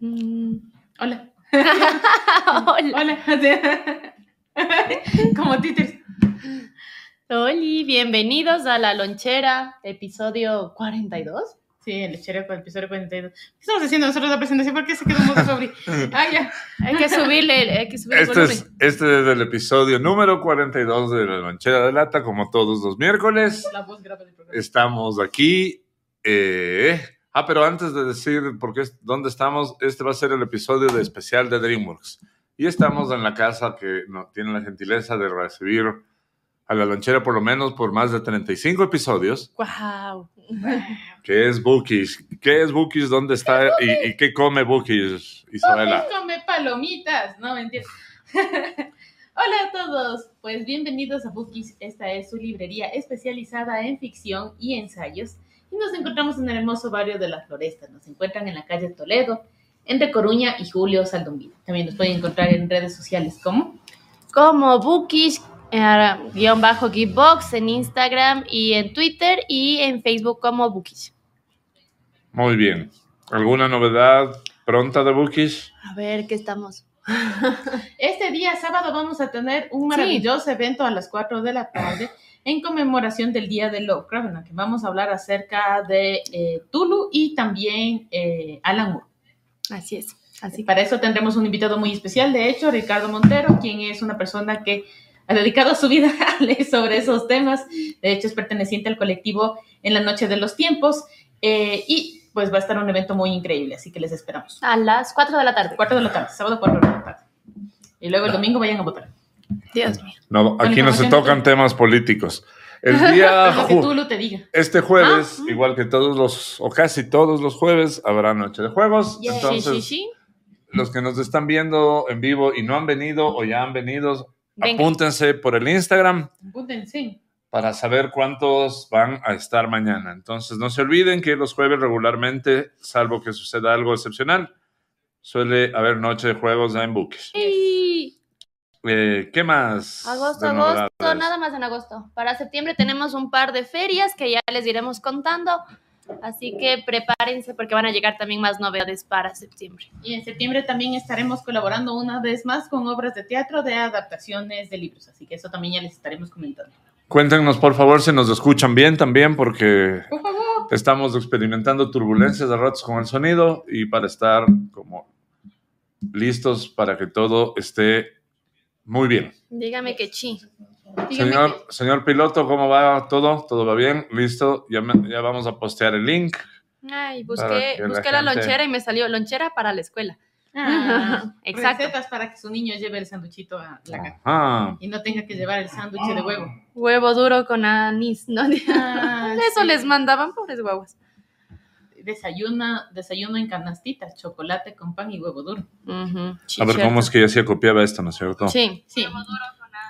Hola. Mm, Hola. Como títeres. Oli, bienvenidos a La Lonchera, episodio 42. Sí, el lechero con el episodio 42. ¿Qué estamos haciendo nosotros la presentación? ¿Por qué se quedó mudo sobre? Ah, ya. Hay que subirle, hay que subirle el Este volumen. es, este es el episodio número 42 de La Lonchera de Lata, como todos los miércoles. La voz grave del programa. Estamos aquí. eh, Ah, pero antes de decir por qué, dónde estamos, este va a ser el episodio de especial de DreamWorks. Y estamos en la casa que no, tiene la gentileza de recibir a La Lonchera por lo menos por más de 35 episodios, Guau. que es Bookies. ¿Qué es Bookies? ¿Dónnde está? ¿Y, y qué come Bookies, Isabela? Come, come palomitas. No, mentira. Hola a todos. Pues bienvenidos a Bookies. Esta es su librería especializada en ficción y ensayos. Y nos encontramos en el hermoso barrio de la Floresta. Nos encuentran en la calle Toledo, entre Coruña y Julio Saldombina. También nos pueden encontrar en redes sociales como Como Bookish, eh, guión bajo Geekbox en Instagram y en Twitter y en Facebook como Bookish. Muy bien. ¿Alguna novedad pronta de Bookies? A ver, ¿qué estamos? Este día sábado vamos a tener un maravilloso evento a las 4 de la tarde en conmemoración del Día de Lovecraft, en la que vamos a hablar acerca de eh, Tulu y también eh, Alan Moore. Así es. Y Así para eso tendremos un invitado muy especial, de hecho, Ricardo Montero, quien es una persona que ha dedicado su vida a leer sobre esos temas. De hecho, es perteneciente al colectivo En la Noche de los Tiempos eh, y pues va a estar un evento muy increíble, así que les esperamos. a las 4 de la tarde. 4 de la tarde, sábado 4 de la tarde. Y luego el domingo vayan a votar. Dios mío. No, Con aquí no se información. tocan temas políticos. El día Lo que Ah, ju- Tulu te diga. este jueves, Ah, mm. igual que todos los o casi todos los jueves, habrá noche de juegos. Yeah. Entonces, sí, sí, sí. los que nos están viendo en vivo y no han venido o ya han venido, Venga. apúntense por el Instagram Apúntense. para saber cuántos van a estar mañana. Entonces, no se olviden que los jueves regularmente, salvo que suceda algo excepcional, suele haber noche de juegos en Bookish. Sí. Eh, ¿Qué más? Agosto, de agosto, novedades? nada más en agosto. Para septiembre tenemos un par de ferias que ya les iremos contando. Así que prepárense porque van a llegar también más novedades para septiembre. Y en septiembre también estaremos colaborando una vez más con obras de teatro de adaptaciones de libros, así que eso también ya les estaremos comentando. Cuéntenos, por favor, si nos escuchan bien también, porque Por favor. estamos experimentando turbulencias de ratos con el sonido y para estar como listos para que todo esté muy bien. Dígame que chi. Díganme Señor, señor piloto, ¿cómo va todo? ¿Todo va bien? ¿Listo? Ya, me- ya vamos a postear el link. Ay, Para busqué, que la busqué la, gente- lonchera y me salió lonchera para la escuela. que- Ah, Exacto. Recetas para que su niño lleve el sanduchito a la casa Ajá. y no tenga que llevar el sándwich de huevo. Huevo duro con anís, ¿no? Ah, Eso sí. les mandaban pobres huevos. Desayuna, desayuno en canastita, chocolate con pan y huevo duro. Ujú, sí, A ver cierto. cómo es que ya se copiaba esto, ¿no es cierto? Sí. Sí.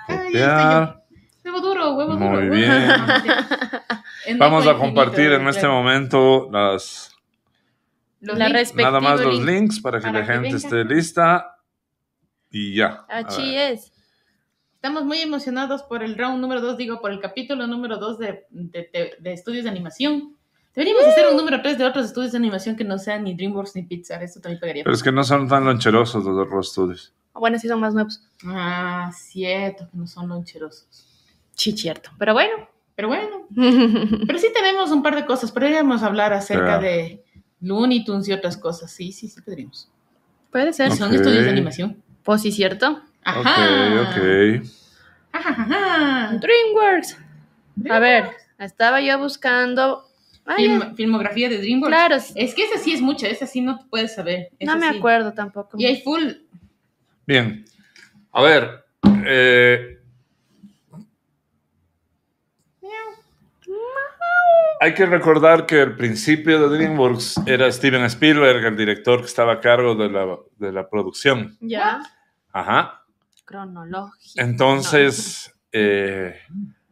Ay, Copiar. Huevo duro, huevo Muy duro. huevo bien. duro. En Vamos rico a compartir infinito, en este claro. momento las, Los La links. res- Respectivo nada más los link. links para que Para la que gente vengan. esté lista y ya. A ver. Así es. Estamos muy emocionados por el round número 2, digo, por el capítulo número 2 de, de- de- de estudios de animación. Deberíamos hacer un número 3 de otros estudios de animación que no sean ni DreamWorks ni Pixar. Eso también pegaría. Pero es que no son tan loncherosos los otros estudios. Bueno, sí son más nuevos. Ah, cierto, que no son loncherosos. Sí, cierto. Pero bueno. Pero bueno, pero sí tenemos un par de cosas. Podríamos hablar acerca Claro. de Looney Tunes y otras cosas. Sí, sí, sí, podríamos. Puede ser. Y No. Son Ok. estudios de animación. Pues sí, cierto. Ajá. Ok, ok. Ajá, ajá, ajá. DreamWorks. A ver, estaba yo buscando. Ay, Film- ya, filmografía de DreamWorks. claro, sí, Es que esa sí es mucha, esa sí no te puedes saber. esa no me sí. acuerdo tampoco. Y hay full. Bien. A ver. eh, hay que recordar que el principio de DreamWorks era Steven Spielberg, el director que estaba a cargo de la, de la producción. Ya. Ajá. Cronológico. Entonces, eh,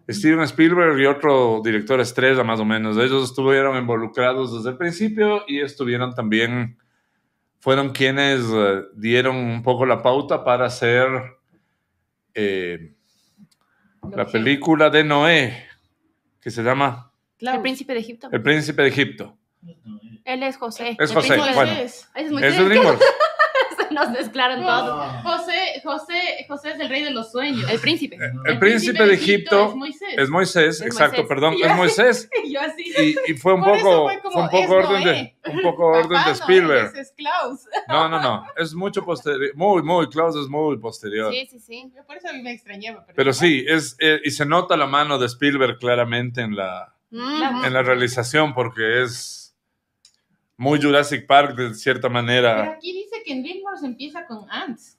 Steven Spielberg y otro director estrella, más o menos, ellos estuvieron involucrados desde el principio y estuvieron también, fueron quienes eh, dieron un poco la pauta para hacer eh, la película de Noé, que se llama El príncipe de Egipto. El Príncipe de Egipto. Él es José. Es El José, príncipe de- bueno. Ese es muy Es de DreamWorks. nos mezclaron No. todos. José, José, José es el rey de los sueños. El príncipe. El, príncipe de Egipto es Moisés. es Moisés, Es exacto, Moisés. perdón, Yo es así- Moisés. Yo así. Y, y fue un Por eso poco, fue como, fue un poco es orden de, Noé. un poco orden Papá de Noel Spielberg. ese es Klaus. No, no, no. Es mucho posterior. Muy, muy. Klaus es muy posterior. Sí, sí, sí. Yo Por eso a mí me extrañaba. Pero sí, es, eh, y se nota la mano de Spielberg claramente en la, Mm. en la realización porque es muy Jurassic Park de cierta Pero manera. aquí dice que en DreamWorks empieza con Ants.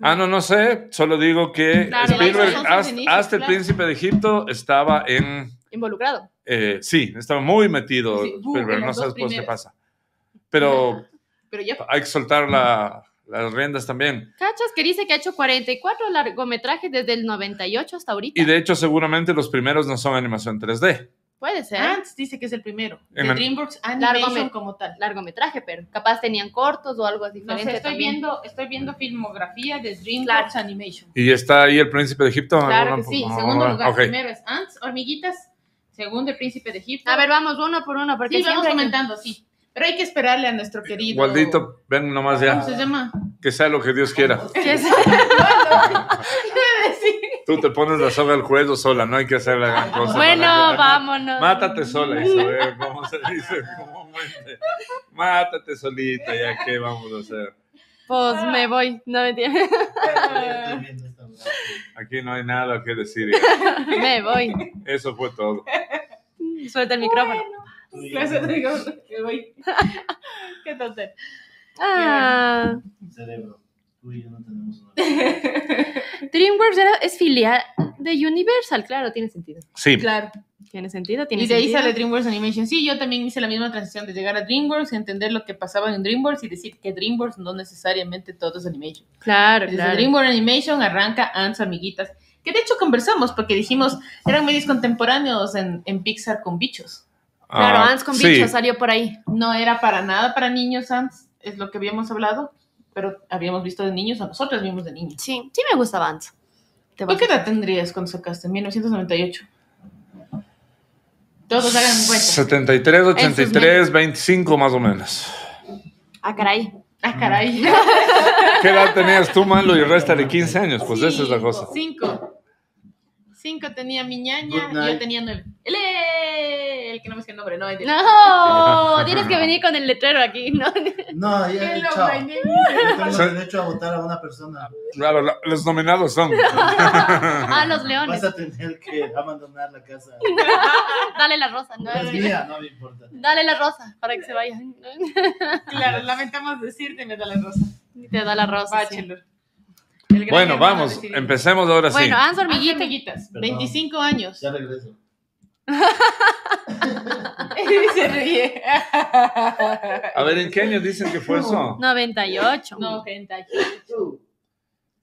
Ah, no, no sé. Solo digo que Claro, Spielberg, esos son sus hasta, inicios, hasta el claro. príncipe de Egipto, estaba en... Involucrado. eh, sí, estaba muy metido Sí, uh, Spielberg. en No los sabes dos pues qué primeros. pasa. Pero Pero ya hay que soltar la- las riendas también. Cachas que dice que ha hecho 44 largometrajes desde el 98 hasta ahorita. Y de hecho, seguramente los primeros no son animación 3D. Puede ser. Ants dice que es el primero. De En el- DreamWorks Animation Largome- como tal. Largometraje, pero capaz tenían cortos o algo No diferente. sé, estoy también. viendo, estoy viendo filmografía de DreamWorks Animation. ¿Y está ahí el príncipe de Egipto? Claro que ¿Alguna- Sí, ah, segundo lugar. ok. Primero es Ants, Hormiguitas. Segundo, el Príncipe de Egipto. A ver, vamos uno por uno, porque sí, vamos siempre hay que- comentando, sí. Pero hay que esperarle a nuestro querido. Waldito, ven nomás ¿Cómo ya. se llama? Que sea lo que Dios quiera. Sí, es- Tú te pones la soga al cuello sola, no hay que hacer la gran cosa. Bueno, Para- vámonos. Mátate sola, Isabel, ¿cómo se dice? comúnmente. Mátate solita, ya qué vamos a hacer. Pues me voy, no me entiendes. Aquí no hay nada que decir. ya. Me voy. Eso fue todo. Suelta el micrófono. Clase de- me voy. Qué tontería. Ah, Cerebro. Tú y yo no tenemos una. DreamWorks era- es filial de Universal, claro, tiene sentido. Sí, Claro. Tiene sentido, tiene Y de ahí sentido. sale DreamWorks Animation. Sí, yo también hice la misma transición de llegar a DreamWorks, entender lo que pasaba en DreamWorks y decir que DreamWorks no necesariamente todo es animation. Claro, Desde claro. DreamWorks Animation arranca Ants Amiguitas, que de hecho conversamos porque dijimos eran medios contemporáneos en, en Pixar con bichos. Claro, Ah, Ants con sí. bicho salió por ahí. No era para nada para niños Ants, es lo que habíamos hablado, pero habíamos visto de niños o nosotros vimos de niños. Sí, sí me gustaba Ants. Te ¿Tú vas- qué edad tendrías cuando sacaste? 1998. Todos hagan cuenta. 73, En 83, 25 más o menos. Ah, caray. Ah, caray. ¿Qué edad tenías tú, Malo? Y resta de 15 años, pues esa es la Cinco, cosa. Cinco. Cinco tenía mi ñaña Good y yo night. tenía nueve. ¡Ele! El que no me es que el nombre, no. el de- No, tienes que venir con el letrero aquí, ¿no? No, ya, Hello, chao. my name is- Yo tengo derecho a votar a una persona. Claro, la- los nominados son. Ah, los leones. Vas a tener que abandonar la casa. Dale la rosa, ¿no? Es mía, no me importa. Dale la rosa para que se vaya. Claro, lamentamos decirte, me da la rosa. Y te da la rosa. sí. Bachelor. El gran Bueno, hermano vamos, decidido. empecemos ahora Ah, sí. Bueno, Hans Hace Hormiguita. amiguitas, Perdón. 25 años. Ya regreso. Y se ríe. A ver, ¿en qué año dicen que fue eso? 98. No, gente.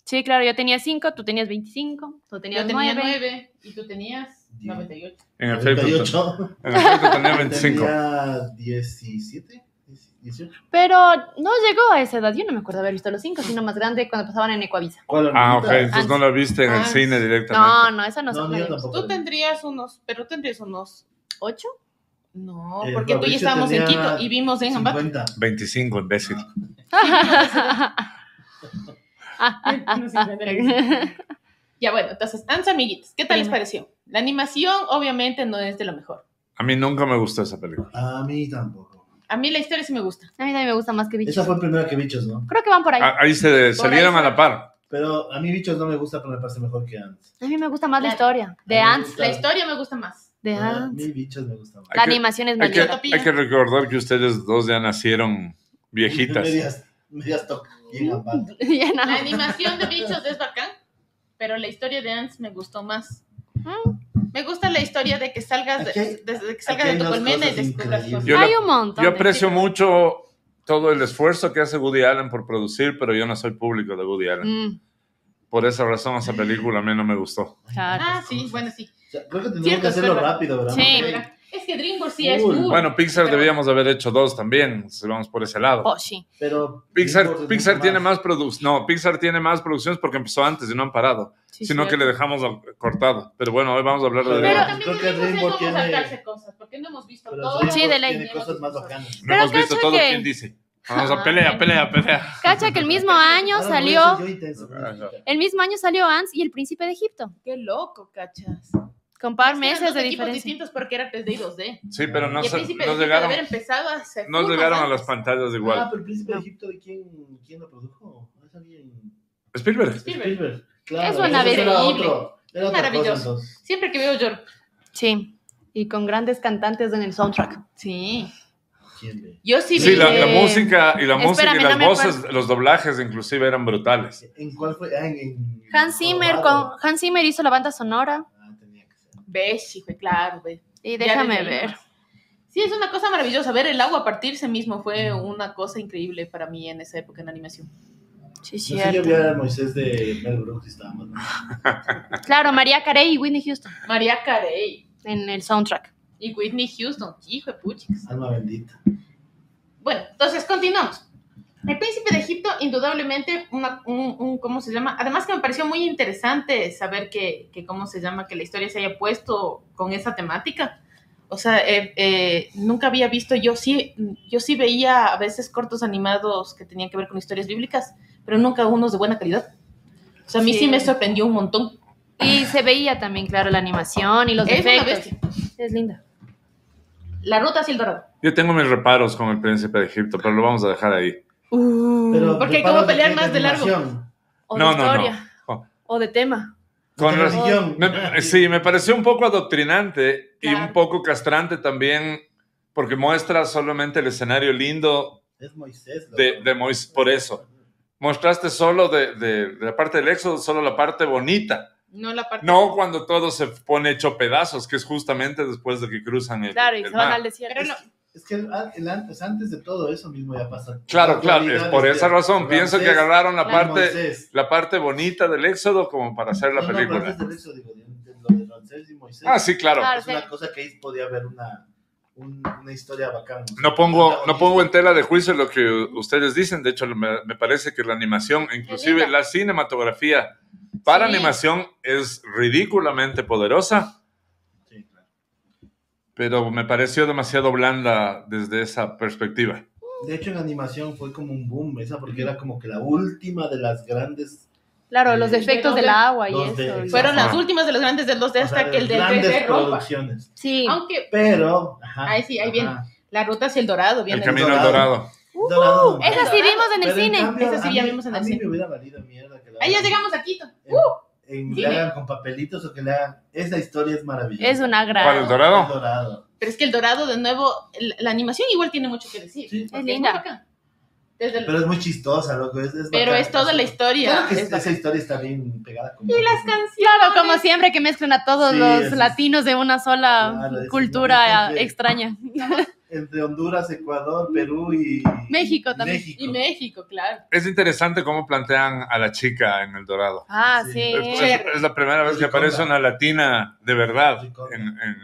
Sí, claro, yo tenía 5, tú tenías 25, tú Yo tenías tenía 9. nueve y tú tenías 98. En el Facebook. 38. En el Facebook tenía 25. Tenía 17, 18. Pero no llegó a esa edad. Yo no me acuerdo haber visto los 5, sino más grande cuando pasaban en Ecuavisa. ¿Cuál Ah, ok, hormiguita? entonces no la viste en el Ah, cine No, directamente. no, esa no, no No, ni yo tampoco. Tú tendrías unos, pero tendrías unos. ¿8? No, El porque tú y Fabricio estábamos en tenía Quito y vimos en Ambato. 50. 25, imbécil. Ya bueno, entonces, Ans amiguitos, ¿qué tal les Prima. pareció? La animación obviamente no es de lo mejor. A mí nunca me gustó esa película. A mí tampoco. A mí la historia sí me gusta. A mí también me gusta más que Esa bichos. fue primera que bichos, ¿no? Creo que van por ahí. Ah, Ahí se salieron a la par. Pero a mí bichos no me gusta, pero me parece mejor que antes. A mí me gusta más la Claro. historia de Ah. A mí me Ants. gusta- La historia me gusta más. De A Ants. mí bichos me gusta más. La Hay Ah. que- animación es Hay que, mayor. hay que recordar que ustedes dos ya nacieron viejitas. Medias, medias toc. Uh. Bien aparte. Ya no. La animación de bichos es bacán, pero la historia de Ants me gustó más. Me gusta la historia de que salgas de, Aquí hay- desde que aquí salgas hay de tu unas colmena y cosas descubras increíbles. cosas. Yo la- Hay un montón. Yo de- aprecio mucho todo el esfuerzo que hace Woody Allen por producir, pero yo no soy público de Woody Allen. Mm, Por esa razón esa película a mí no me gustó. claro. Ah, sí, bueno, sí. O sea, creo que tenemos Cierto, que hacerlo espera. rápido, ¿verdad? Sí. Porque- Es que DreamWorks sí es Cool. cool. Bueno, Pixar Pero- debíamos haber hecho dos también, si vamos por ese lado. Oh, sí. Pero Pixar, Dreamworks Pixar es tiene más producciones. No, Pixar tiene más producciones porque empezó antes y no han parado. Sí, sino que cierto. le dejamos al- cortado. Pero bueno, hoy vamos a hablar de Pero- Pero Dreamworks. también Creo que tenemos DreamWorks cómo tiene- saltarse cosas, porque no hemos visto Pero todo. Dreamworks Sí, de ley. tiene cosas más bacanas. No hemos pero visto cacha todo que- quien dice. Vamos Ah, a pelea, pelea, pelea. Cacha que el mismo año Ah, Ahora voy a salió, ser yo intenso, voy a ser yo. el mismo año salió Ants y El Príncipe de Egipto, Qué loco, cachas. con par Eran meses dos de equipos diferencia. distintos porque era 3D y 2D. Sí, pero no, y el se- príncipe de Egipto no de llegaron, haber empezado hace no full llegaron a más las pantallas Ah, igual. pero el príncipe de Egipto, ¿de quién, quién lo produjo? No sabía. Spielberg. Spielberg. Spielberg. Claro, Es una ese era increíble. otro, era otra Maravilloso. cosa, entonces. Siempre que veo George. Sí, y con grandes cantantes en el soundtrack. Sí. ¿Quién ve? Yo sí, Sí, vi. la, la eh, música y la música y espérame, no las me voces, los doblajes inclusive eran brutales. ¿En cuál fue? Ah, en, en Hans Zimmer, con, Colorado. Hans Zimmer hizo la banda sonora Ah, tenía que ser. Ves, hijo, claro, ves. Ya y déjame desde ahí ver. nomás. Sí, es una cosa maravillosa. Ver el agua partirse mismo fue una cosa increíble para mí en esa época en animación. Sí, No sé, yo cierto. vi a Moisés de Mel Brooks y estaba más. Claro, María Carey y Whitney Houston María Carey en el soundtrack. y Whitney Houston. Hijo de puchicas. Alma bendita. Bueno, entonces continuamos. El príncipe de Egipto, indudablemente, una- un, un- ¿cómo se llama? Además que me pareció muy interesante saber que, que, ¿cómo se llama? Que la historia se haya puesto con esa temática. O sea, eh, eh, nunca había visto, yo sí, yo sí veía a veces cortos animados que tenían que ver con historias bíblicas, pero nunca unos de buena calidad. O sea, a mí sí, Sí. me sorprendió un montón. Y se veía también, claro, la animación y los Es una efectos. bestia. Es linda. La ruta hacia el dorado. Yo tengo mis reparos con el príncipe de Egipto, pero lo vamos a dejar ahí. Uh. Pero Porque hay preparos como pelear de más de largo. animación, o No, de no, historia. Oh. no. O de tema. Con de res- guión. Me- sí, me pareció un poco adoctrinante y Claro. un poco castrante también, porque muestra solamente el escenario lindo, Es Moisés. loco. De- de Mois- por eso. mostraste solo de, de- de la parte del éxodo, solo la parte bonita, No la parte. no cuando todo se pone hecho pedazos, que es justamente después de que cruzan el, Claro, y el se van mar. al desierto. Pero no, Es que el an- el antes, antes de todo eso mismo ya pasa. Claro, claro, es por esa razón, pienso que agarraron la la parte, la parte bonita del éxodo como para hacer la película. Ah, Ah, sí, claro. Claro. Es una cosa que ahí podía haber una, un- una historia bacana. No pongo, no pongo en tela de juicio lo que ustedes dicen. De hecho, me, me parece que la animación, inclusive linda. la cinematografía para Sí. animación, es ridículamente poderosa, Sí, claro. pero me pareció demasiado blanda desde esa perspectiva. De hecho, en animación fue como un boom esa, porque era como que la última de las grandes. Claro, los Sí. efectos Pero del agua y los de- eso. y- Fueron Ajá. las últimas de los grandes del 2D o hasta sea, de que el del grandes 3D rompa. producciones. Sí, Aunque Pero. ajá, Ahí sí, ahí ajá. viene. La ruta hacia el dorado. viene de- El camino dorado. al dorado. Uh, Dorado, ¿no? esa sí vimos en el Pero en cine. cambio, Esa sí a ya mí- vimos en a el mí cine. me hubiera valido mierda. Que la Ahí ya llegamos a Quito. en- en- Sí. le hagan con papelitos o que le hagan. Esa historia es maravillosa. es una ¿Cuál el gran. El dorado? dorado. Pero es que el dorado, de nuevo, el- la animación igual tiene mucho que decir. Sí, porque Es linda. muy bacán. Desde el- pero Pero es muy chistosa, loco. Es, es bacán. es toda la historia. Claro que Es es- bacán. esa historia está bien pegada. Como Y las canciones. Claro, como siempre que mezclan a todos Sí, los eso es- latinos de una sola Claro, eso es cultura bastante- extraña. Entre Honduras, Ecuador, Perú y. México también. México. Y México, claro. Es interesante cómo plantean a la chica en el dorado. Ah, Sí. sí. Es, es- es la primera vez que aparece una latina de verdad en, en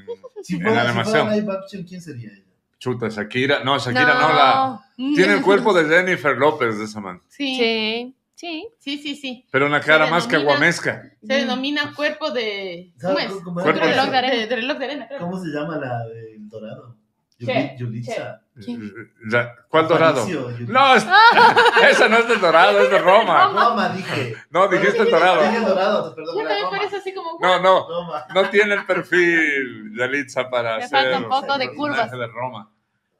Si En fuera, la si fuera animación. live action, ¿quién sería ella? Chuta, Shakira. No, Shakira no, la... Tiene el cuerpo de Jennifer López de esa man, Sí, sí, Sí, sí. sí, sí. pero una cara Se más denomina- caguamesca. Se denomina cuerpo de... ¿Cómo ¿Sabes es? cómo- cómo Cuerpo Mm. de, de- reloj de arena. De, de reloj de arena, creo. ¿Cómo se llama la del dorado? Che, Yuli- Yulitza. ¿Quién? La- ¿Cuál dorado? Aparicio, Yulitza. No, es- esa no es del dorado, es de Roma. Roma, dije. No, dijiste el Dije dorado. el dorado, perdón. Yo era también Roma. parece así como... No, no, Roma. no tiene el perfil Yalitza para Le ser falta un poco de personaje curvas. de Roma.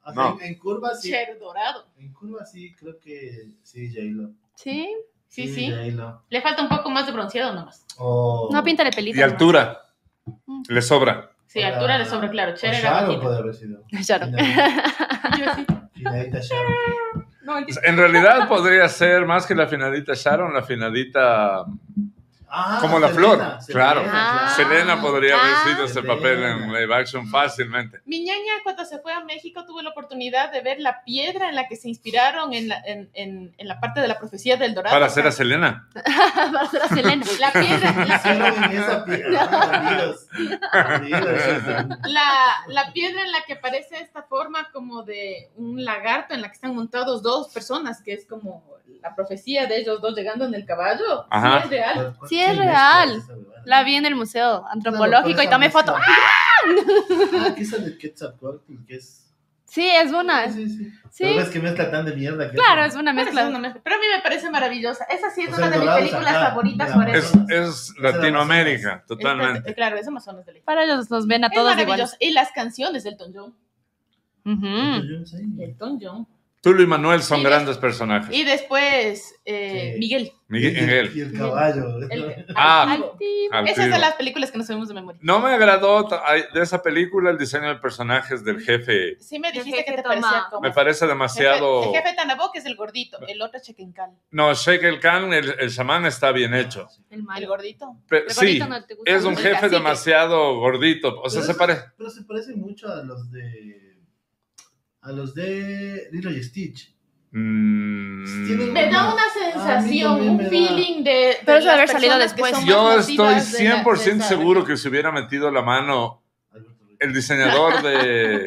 O sea, No. en- En curva sí. Cher dorado. En curva sí, creo que sí, J-Lo. Sí. Sí, sí. J-Lo. Le falta un poco más de bronceado nomás. Oh. O- No píntale pelito. Y altura. Mm. Le sobra. Sí, Hola. altura de sobre, claro. o pues. Cher era Sharon bajita. puede haber sido. Sharon. Finalita- Yo sí. Finalita Sharon. No, mentira. En realidad podría ser más que la finadita Sharon, la finadita Ah, Como la flor, claro. Ah. Selena podría Ah. haber sido ese papel en Selena. Mm. live action fácilmente. Mi ñaña, cuando se fue a México, tuve la oportunidad de ver la piedra en la que se inspiraron en la, en, en- en la parte de la profecía del dorado. Para O sea, hacer a Selena. Para hacer a Selena. La piedra, Hicieron la, en esa Ah, piedra. Amigos. Amigos. la- la piedra en la que aparece esta forma como de un lagarto en la que están montados dos personas, que es como la profecía de ellos dos llegando en el caballo. Ajá. Sí, es real. Sí, es real. La vi en el museo antropológico y tomé foto. Ah, que es el de Quetzalcóatl, que es Sí, es una. Sí, sí, sí. Sí, Pero ves que mezcla tan de mierda que. claro, es una Bueno, es mezcla. una mezcla, Pero a mí me parece maravillosa. Esa sí es O sea, una de mis Dorados películas acá, favoritas mira, por Es, eso. es Latinoamérica, totalmente. Esta- claro, es Amazonas de ley. Para ellos los ven a Es todos iguales. maravilloso. Y las canciones del Elton John. Ujú. Yo no sé. Miguel, Elton John. Tulo y Manuel son Y- grandes personajes. Y después, eh, Sí. Miguel. Miguel Y Miguel. el caballo. El, Ah. Altivo. al Esas trigo. son las películas que nos sabemos de memoria. No me agradó ta- ay, de esa película el diseño de personajes del jefe. Sí me El dijiste que te jefe toma- parecía como... Me parece demasiado. El jefe Tanabo, que es el gordito. El otro Chequencal. No, Sheikh el Khan, el, el chamán está bien hecho. El El malo. gordito. Pe- El sí, gordito no te gusta es un mucho. jefe jefe cacique. demasiado gordito. O sea, Pero se es- parece. Pero se parece mucho a los de. A los de Lilo y Stitch. Mm, Me da una sensación, también un me da. feeling de. de Pero las eso debe haber salido personas que después. son Yo más estoy nativas de la- de 100% esa seguro región. que si hubiera metido la mano Alberto Ruiz. el diseñador de...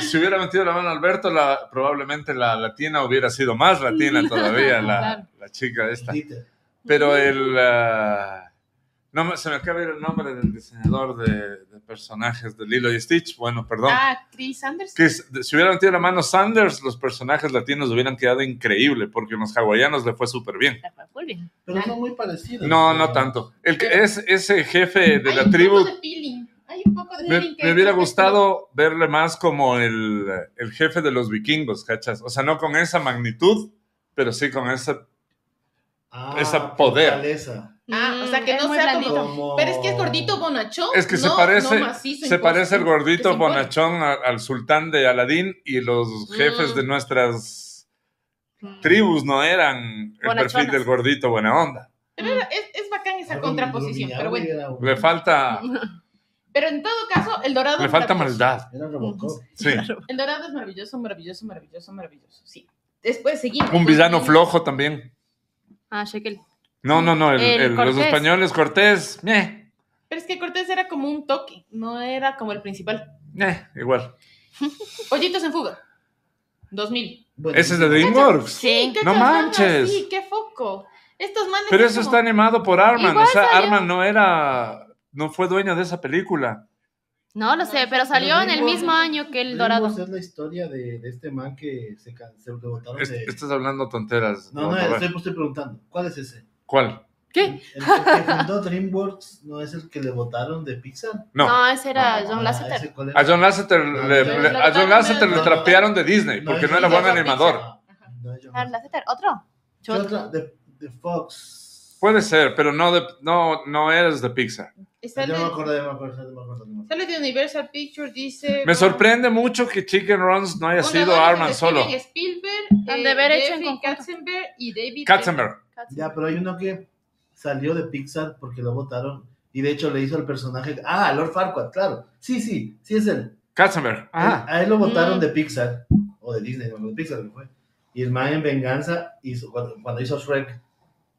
si hubiera metido la mano Alberto, la, probablemente la latina hubiera sido más latina todavía, la, Claro. la chica esta. Dieter. Pero el... ah, no, me- se me acaba de ir el nombre del diseñador de, de personajes de Lilo y Stitch. Bueno, perdón. Ah, Chris Anderson. que s- de- si hubiera metido la mano Sanders, los personajes latinos hubieran quedado increíble, porque los hawaianos le fue súper bien. La fue muy bien. Pero son muy parecidos. No, pero- no tanto. El que es ese jefe de Hay la un tribu, poco de feeling. Hay un poco de me, feeling. que- me hubiera gustado verle más como el, el jefe de los vikingos, ¿cachas? O sea, no con esa magnitud, pero sí con esa... Ah, Esa poder. fortaleza. Ah, o sea, que Mm, no es muy sea blandito. Como- Pero es que es gordito bonachón. Es que se no- parece- no macizo, Se imponente, parece el que gordito se impone. bonachón a- al sultán de Aladín y los jefes Mm. de nuestras Mm. tribus no eran el perfil Bonachonas. del gordito buena onda. Pero era- es, es bacán esa Algo contraposición. Pero bueno. Era un- Le falta, Pero en todo caso, el dorado. le es falta maravilloso. maldad. Era Robocop. Sí. El dorado es maravilloso, maravilloso, maravilloso, maravilloso. Sí. Después seguimos. Un villano flojo también. Ah, Shekel. No, no, no. el- El el- los Cortés. españoles, Cortés, meh, Pero es que Cortés era como un toque. No era como el principal. meh, igual. Pollitos en fuga. 2000. Bueno, Ese es de DreamWorks. Sí. ¿Qué No otras bandas? manches. Sí, qué foco. Estos manes. Pero es eso como- está animado por Arman. Igual O sea, salió. Arman no era. No fue dueño de esa película. No lo sé, pero salió en el mismo año que el dorado. DreamWorks Es la historia de, de este man que se, can- se lo botaron Es- de. estás hablando tonteras. No, no, Rafa. estoy, estoy preguntando. ¿Cuál es ese? ¿Cuál? ¿Qué? El, el que fundó DreamWorks no es el que le votaron de Pixar. No. No, ese era Ah, John Lasseter. ¿ese cuál era? A John Lasseter, No, le, no, le- no, a no, John Lasseter no, le no, trapearon de Disney porque es no era John buen Lasseter. animador. Ah, no es John John Lasseter. Lasseter, otro. ¿Qué Chuta. otra? De, de Fox. Puede ser, pero no, de, no, no eres de Pixar. Yo Sale, no me acuerdo, yo no me acuerdo, yo no me acuerdo. yo no me acuerdo. sale de Universal Pictures, dice. Me sorprende mucho que Chicken Runs no haya sido Arman solo. Steven Spielberg, Han eh, de haber hecho en Jeffrey conjunto. Katzenberg y David. Katzenberg. Ya, pero hay uno que salió de Pixar porque lo votaron. Y de hecho le hizo el personaje. Ah, Lord Farquaad, claro. Sí, sí, sí es él. Katzenberg. Ajá. A él lo votaron Mm. de Pixar o de Disney, no, de Pixar que fue. Y el man en venganza hizo cuando, cuando hizo Shrek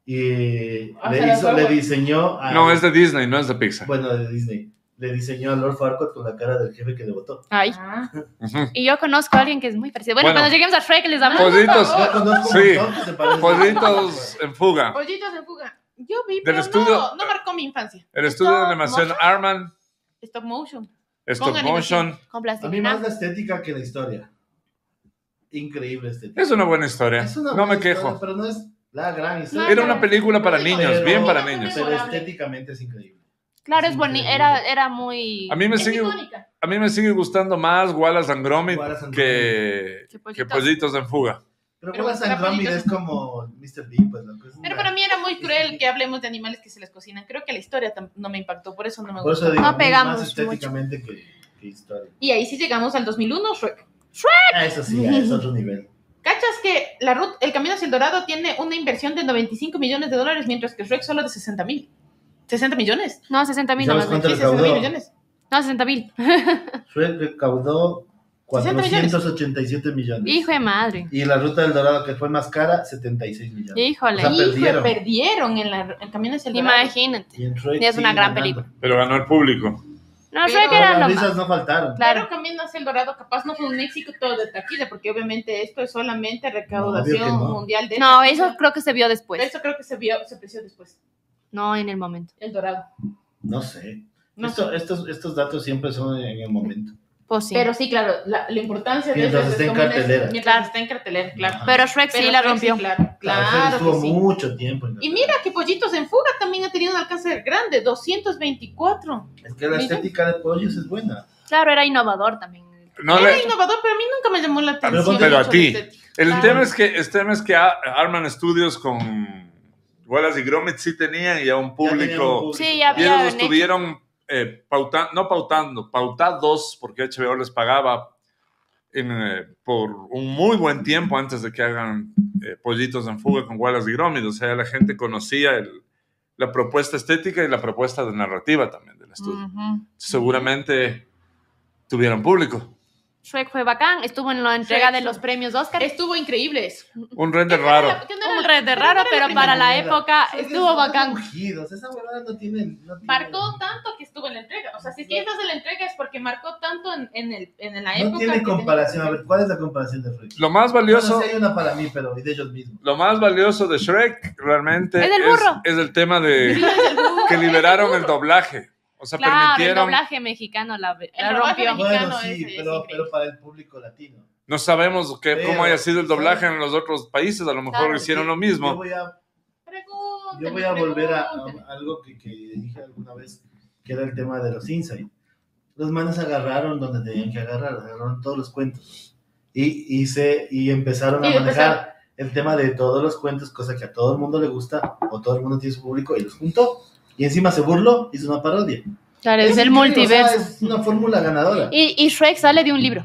y Ah, se le, la hizo, fue, le güey. diseñó a, No, es de Disney, no es de Pixar. bueno de Disney. Le diseñó a Lord Farquaad con la cara del jefe que le votó. Ay. Ah, Ujú. Y yo conozco a alguien que es muy parecido. Bueno, Bueno. Pues, cuando lleguemos a Shrek les hablamos. Oh. Pollitos, Yo conozco un Sí. montón que se parecen. pollitos en fuga. Pollitos de fuga. Yo vi, Del pero estudio- no, no marcó mi infancia. El estudio de animación Arman, Stop motion. stop animación. motion. Con A mí plastilina. más la estética que la historia. Increíble estética. Es una buena historia. Es una Eh, No me buena historia, quejo. Pero no es la gran historia. Era una película para niños, Pero- bien para niños. Pero Memorable. estéticamente es increíble. Claro, Es es boni increíble. era, era muy. eh, A mí me Es sigue, icónica. a mí me sigue gustando más Wallace and Gromit Wallace and que, pues Qué que pollitos. Pollitos en fuga. Pero, Pero Wallace la and Gromit pollita- es como Mr. Bean, pues loco. es Pero una- para mí era muy cruel que hablemos de animales que se les cocinan. Creo que la historia tam- no me impactó, por eso no me Por gustó. eso digo, No a mí pegamos más estéticamente que, que historia. Y ahí sí llegamos al 2001, Shrek. Ah, eso sí, ya es otro nivel. ¿Cachas que la ruta, el Camino hacia el Dorado tiene una inversión de 95 millones de dólares, mientras que Shrek solo de 60 mil? ¿60 millones? No, 60 mil ¿Sabes nomás. Pues, cuánto Sí, ¿no? 60 mil recaudó? millones. No, 60 mil. Shrek recaudó 487 millones. Hijo de madre. Y la ruta del dorado, que fue más cara, 76 millones. Híjole. O sea, Hijo, perdieron. perdieron en la, el Camino hacia el Dorado. Imagínate. Y en Shrek Y es una sigue gran ganando. película. Pero ganó el público. No, Pero- Shrek Pero era las lo más. risas no faltaron. Claro. Claro, Camino hacia el Dorado capaz no fue un éxito todo de taquilla, porque obviamente esto es solamente No, recaudación obvio que no. mundial de No, taquilla. eso pues. creo que se vio después. Eso creo que se vio, se apreció después. No en el momento. El Dorado. No sé. No Esto- estos, estos datos siempre son en el momento. Pues sí. Pero, Pero sí, claro, la, la importancia Mientras de eso esté en como una- cartelera. mientras Claro. está en cartelera, claro. Ajá. Shrek Pero sí la Shrek rompió. claro, Claro, o sea, claro estuvo que sí. mucho tiempo. en Y la- mira que Pollitos en Fuga también ha tenido un alcance grande, 224. Es que la mira. estética de pollos es buena. Claro, era innovador también. No Era le- innovador, pero a mí nunca me llamó la Pero atención. pero a mucho ti. la estética. el, Claro. tema es que, el tema es que a- arman estudios con Wallace y Gromit sí tenían ya un Ya tenían un público. público. Sí, ya Y había ellos un los hecho. tuvieron eh, pauta- no pautando, pautados, porque HBO les pagaba en, eh, por un muy buen tiempo antes de que hagan eh, Pollitos en Fuga con Wallace y Gromit. O sea, la gente conocía el- la propuesta estética y la propuesta de narrativa también del estudio. Ujú. Seguramente tuvieron público. Shrek fue bacán, estuvo en la entrega Shrek de fue- los premios Oscar. Estuvo increíble eso. Un render raro. ¿Qué no era un la- red de raro, era pero la para la primera. época Son estuvo esos bacán. Ungidos. Esa huevada no tiene. No tiene Marcó tanto que estuvo en la entrega. O sea, si es que estás en la entrega es porque marcó tanto en, en el, en la época. No que tiene tenía- comparación. A ver, ¿cuál es la comparación de Shrek? Lo más Yo valioso, no sé, hay una para mí, pero y de ellos mismos. lo más valioso de Shrek realmente Es el burro. es el tema de que liberaron el doblaje. O sea, Claro, el permitieron. doblaje mexicano la, la El doblaje rompió. mexicano. Bueno, es- sí, es pero, increíble. pero para el público latino. No sabemos qué- Pero- cómo haya sido el doblaje en los otros países. A lo Ah, mejor Claro, hicieron lo Yo mismo. voy a Pregúntale, Yo voy a volver a, pregúntale. a algo que, que dije alguna vez, que era el tema de los insights. Los manes agarraron donde tenían que agarrar, agarraron todos los cuentos. Y, y, se, y empezaron a Y manejar empezaron. el tema de todos los cuentos, cosa que a todo el mundo le gusta, o todo el mundo tiene su público, y los juntó. Y encima se burló, hizo una parodia. Claro, es increíble, el o multiverso. sea, es una fórmula ganadora. Y, y Shrek sale de un libro.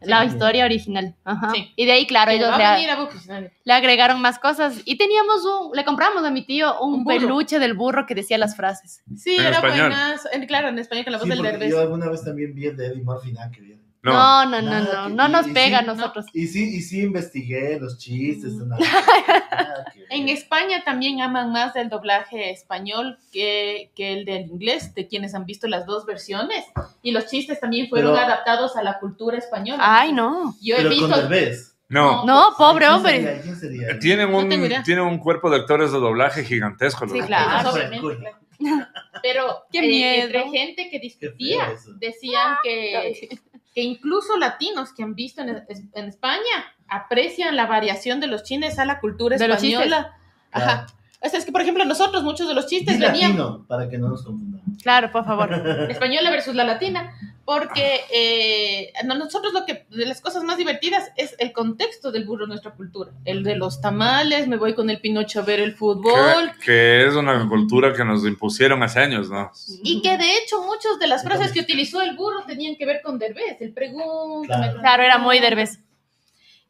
La Sí. historia original. Ajá. Sí. Y de ahí, claro, Que ellos va a venir le, a Bucus. le agregaron más cosas. Y teníamos un, le compramos a mi tío un, Un burro. peluche del burro que decía las frases. Sí, En era español. buenazo. En- Claro, en español con la voz Sí, del porque derbez. yo alguna vez también vi el de Eddie Murphy, nada que ver. No. No, no, no, Nada no. que- No y- nos y pega a sí, no. nosotros. Y sí, y sí investigué los chistes. nada- nada que ver. Mm. En España también aman más del doblaje español que, que el del inglés, de quienes han visto las dos versiones. Y los chistes también fueron Pero- adaptados a la cultura española. Ay, no. Yo he Pero visto. con Derbez. No. No, pobre ¿Quién hombre. sería? ¿Quién sería? Tienen, No un, tengo idea. tienen un cuerpo de actores de doblaje gigantesco. los Sí, actores. claro. Ah, obviamente, Qué claro. Pero Qué eh, miedo. entre gente que pues, feo discutía, eso. decían que, que incluso latinos que han visto en, en España aprecian la variación de los chistes a la cultura De los española. Ajá. O sea, es que, por ejemplo, nosotros muchos de los chistes Di venían latino, para que no nos confundamos. Claro, por favor. la española versus la latina, porque eh, no- nosotros lo que de las cosas más divertidas es el contexto del burro en nuestra cultura, el de los tamales, me voy con el Pinocho a ver el fútbol. Que, que es una cultura que nos impusieron hace años, ¿no? Y que de hecho muchas de las frases que utilizó el burro tenían que ver con Derbez, el pregúntame. Claro. Claro, era muy derbez.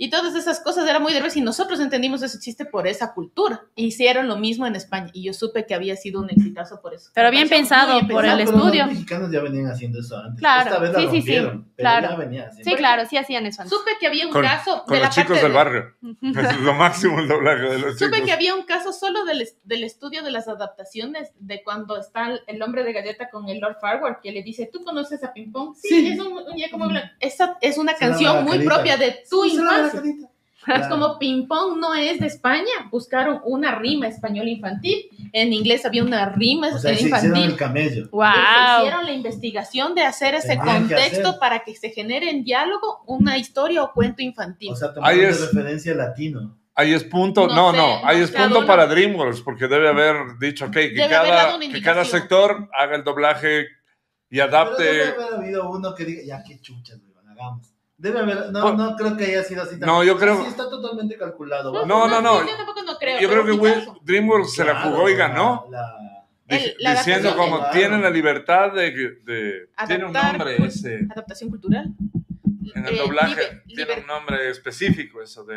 Y todas esas cosas era muy Derbez y nosotros entendimos ese chiste por esa cultura. Hicieron lo mismo en España y yo supe que había sido un exitazo por eso. Pero Me bien pareció pensado muy bien por el pensado. pero estudio. Los mexicanos ya venían haciendo eso antes. Claro, Esta vez la sí, sí, sí, rompieron, pero claro. ya venían haciendo. Sí, claro, sí hacían eso. antes. Supe que había un Con- caso Con de la los chicos parte del de- barrio. Es lo máximo el doblaje de los pues. Supe que chicos. había un caso solo del, es- del estudio de las adaptaciones de cuando está el- el hombre de galleta con el Lord Farward que le dice, ¿tú conoces a Ping Pong? Sí, Sí. es un, un Giacomo Blanco. Esa es una Es una canción muy maracadita. propia de tu Sí, se la infancia. ve la carita. Es Claro. como Ping Pong no es de España, buscaron una rima español infantil, en inglés había una rima O sea, se hicieron infantil. el camello. Wow. Entonces, Hicieron la investigación de hacer ese Tenían que contexto hacer. para que se genere en diálogo una historia o cuento infantil. O sea, tomaron Ahí de es. referencia latino. Ahí es punto, no, No sé, no, ahí es cada punto uno- para DreamWorks, porque debe haber dicho, ok, que, Debe haber dado cada, una que indicación. cada sector haga el doblaje y Pero debe adapte. haber habido uno que diga, ya qué chuchas, weón, hagamos. Debe haber, no, Por- no creo que haya sido así. tan- Pues, No, yo creo- Sí, está totalmente calculado. No, no, va. no, no. Yo tampoco no creo. Yo pero creo que sí Will- pasó. DreamWorks se la Claro, jugó y ganó. la- El- Dij- la diciendo adaptación como de- tienen la libertad de, de- Adaptar, tiene un nombre pues, ese Adaptación cultural. en el Eh, doblaje liber- tiene liber- un nombre específico eso de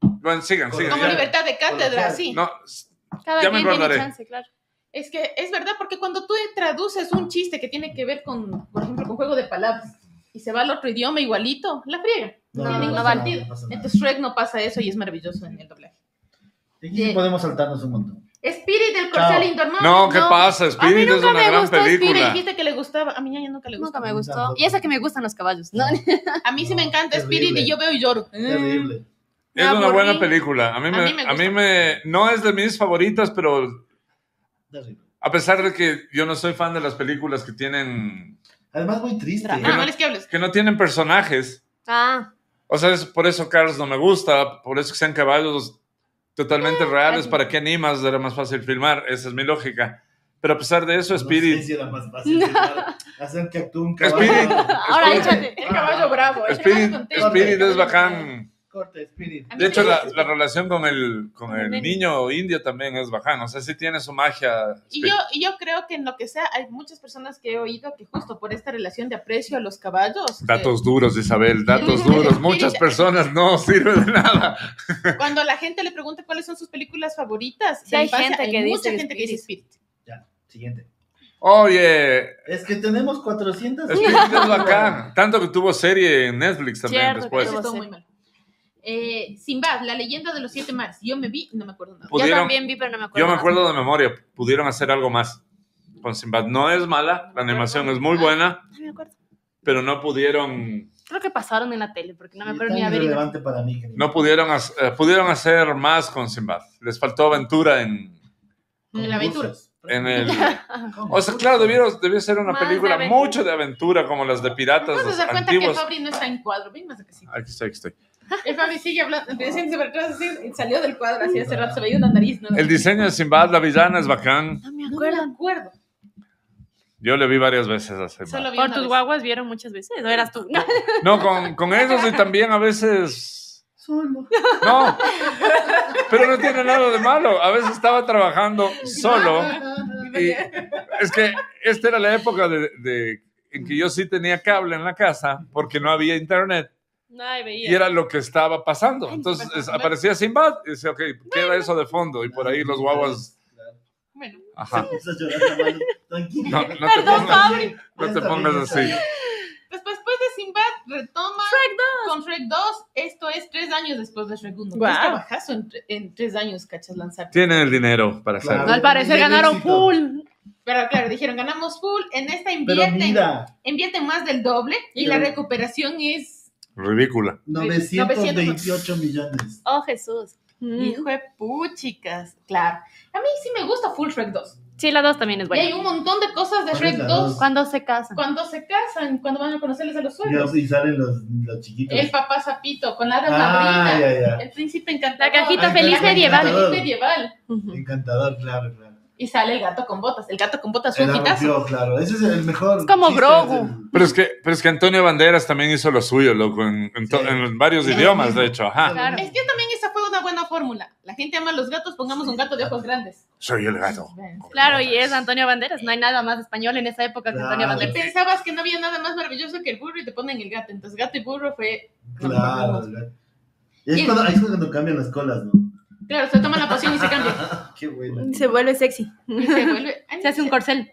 bueno sigan Como sigan como ya. liber- libertad de cátedra, Coloquial. sí. no Cada Ya me quien tiene acordaré. chance, claro. Es que es verdad, porque cuando tú traduces un chiste que tiene que ver con, por ejemplo, con juego de palabras y se va al otro idioma igualito, la friega. No, No, tiene no ningún vale. sentido. no pasa nada. Entonces Shrek no pasa eso y es maravilloso en el doblaje. Y aquí sí podemos saltarnos un montón. Spirit del Chao. corcel Indoor. no qué pasa A mí Spirit es nunca una me gran gustó película dijiste que le gustaba. A mí ya nunca le Nunca gusta. me gustó. Tampoco. Y esa que me gustan los caballos. No, A mí sí me encanta Terrible. Spirit y yo veo y lloro. Terrible. Me "Ah, es una aburrí. buena película a mí me a mí me, me gusta. no es de mis favoritas pero Terrible. a pesar de que yo no soy fan de las películas que tienen Además, muy triste. ¿eh? Drama. Ah, no les que hables. Que no tienen personajes. Ah, O sea, es por eso Cars no me gusta, por eso que sean caballos totalmente Eh, reales, ay. para qué animas, era más fácil filmar, esa es mi lógica. Pero a pesar de eso, No Spirit, sé si era más fácil filmar, hacer que actúe un caballo. Ah, Spirit. ahora Espérate. échate. El caballo bravo. el Spirit, caballo contento, Spirit el es caballo bacán. Corta, Spirit. A mí De hecho, me la, gusta. la relación con el, con el Con el niño indio también es bacán, o sea, sí tiene su magia. Y yo, y yo creo que en lo que sea, hay muchas personas que he oído que justo por esta relación de aprecio a los caballos, que Datos duros, Isabel, datos Spirit. duros. Muchas personas no sirven de nada. cuando la gente le pregunta cuáles son sus películas favoritas, Sí, del hay pase, gente que hay dice mucha que gente que dice Spirit. Siguiente. Oye, Es que tenemos 400. Spirit es bacán. Tanto que tuvo serie en Netflix también Cierto, después. Eso Puede estuvo ser. muy mal. Eh, Sinbad, la leyenda de los siete mares. Yo me vi, no me acuerdo nada. Yo Pudieron- también vi, pero no me acuerdo. Yo me más. acuerdo de memoria, pudieron hacer algo más con Sinbad. No es mala, la animación es muy buena, No me acuerdo. pero no pudieron, Creo que pasaron en la tele, porque no me acuerdo tan ni haber ido. irrelevante para mí. que- no pudieron, hac- eh, pudieron hacer más con Sinbad. Les faltó aventura en, En pues, la aventura. Concursos. en el... O Concursos. sea, claro, debieron, debió ser una Más de película aventura. mucho de aventura, como las de piratas Vamos a los dar cuenta que antiguos. Fabri no está en cuadro. Ven más acá, sí. Aquí estoy, aquí estoy. El Fabri sigue hablando, siéntese para atrás, así, salió del cuadro, así hace rato se veía una nariz. ¿no? El diseño de Sinbad, la villana, es bacán. No No me me acuerdo. acuerdo. Yo le vi varias veces a Sinbad. Solo vi Por una tus vez. guaguas vieron muchas veces, o eras tú. No, con, con ellos y también a veces... Solo. No, pero no tiene nada de malo. A veces estaba trabajando solo. Y es que esta era la época de, de- en que yo sí tenía cable en la casa porque no había internet Nadie veía. y era lo que estaba pasando. Entonces es- aparecía Sinbad y decía, ok, queda eso de fondo y por ahí los guaguas... Bueno, Ajá. Ah. Estás llorando, Malu. Tranquila. No, no te Perdón, pongas, Fabri. no te pongas así. pues después de Sinbad retoma con Shrek 2. Esto es tres años después de Shrek 1. Guau. Es trabajazo en, tre- en tres años, cachas, lanzar. Tienen el dinero para hacerlo. Claro. Al parecer Del ganaron éxito. full. Pero claro, dijeron, ganamos full. En esta Pero invierten, mira, invierten más del doble y la Pero- recuperación es... Ridícula. 928 millones. Oh, Jesús. Hijo de puchicas, claro. A mí sí me gusta full Shrek 2. Sí, la dos también es Y hay buena. un montón de cosas de ¿Cuál Shrek es la 2 dos? Cuando se casan. cuando se casan, cuando van a conocerles a los suegros. Y salen los, los chiquitos. El papá sapito con Adam ah, Madrina. ya, ya. El príncipe encantador. La cajita Ah, feliz claro, medieval. La cajita medieval. Ujú. Encantador, claro, claro. Y sale el gato con botas. El gato con botas fue El un hitazo. rompió, claro. Ese es el mejor. Es como chiste, Grogu. es el- Pero es, que, pero es que Antonio Banderas también hizo lo suyo, loco, en, en to- Sí. en varios Sí. idiomas, de hecho. Ajá. Claro. Es que también esa fue una buena fórmula. La gente ama a los gatos, pongamos un gato de ojos grandes. Soy el gato. Claro, y es Antonio Banderas. No hay nada más español en esa época que Antonio Claro. Y Banderas. pensabas que no había nada más maravilloso que el burro y te ponen el gato. Entonces, gato y burro fue. Claro, claro. Y es Y- cuando, ahí es cuando cambian las colas, ¿no? Claro, se toma la pasión y se cambia. Qué bueno. Se vuelve sexy. Y se vuelve. Ay, Se hace un corcel.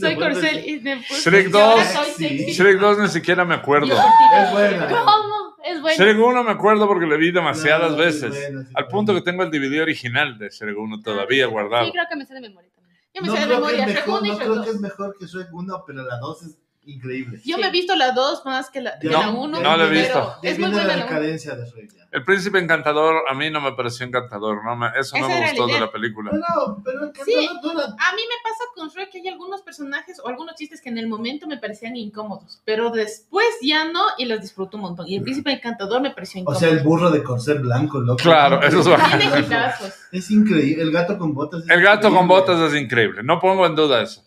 Soy corcel y me puse- Shrek y ahora 2. soy sexy. Shrek 2 ni siquiera me acuerdo. Es buena. ¿Cómo? Es bueno. Shrek 1 me acuerdo porque le vi demasiadas Claro, sí, veces. bueno, sí, al bueno. punto que tengo el DVD original de Shrek Ah, 1 todavía guardado. Sí, creo que me sé de memoria también. Yo me no sé de creo que memoria. es Shrek mejor, 1 y no Shrek creo 2. que es mejor que Shrek 1, pero la 2 es increíble. Yo Sí. me he visto la 2 más que la, que No, la 1. no la he visto. Ya Es muy viene buena la la 1. decadencia de Shrek. ya. El príncipe encantador a mí no me pareció encantador. No me- eso no Esa me era gustó la de idea. la película. Pero, pero el Sí. cantador no era- A mí me pasa con Shrek que hay algunos personajes o algunos chistes que en el momento me parecían incómodos, pero después ya no y los disfruto un montón. Y el príncipe encantador me pareció O incómodo. sea, el burro de corcel blanco, loco. Claro, eso es bacán. Tiene hitazos. Es increíble. El gato con botas. es El gato con increíble. botas es increíble. No pongo en duda eso.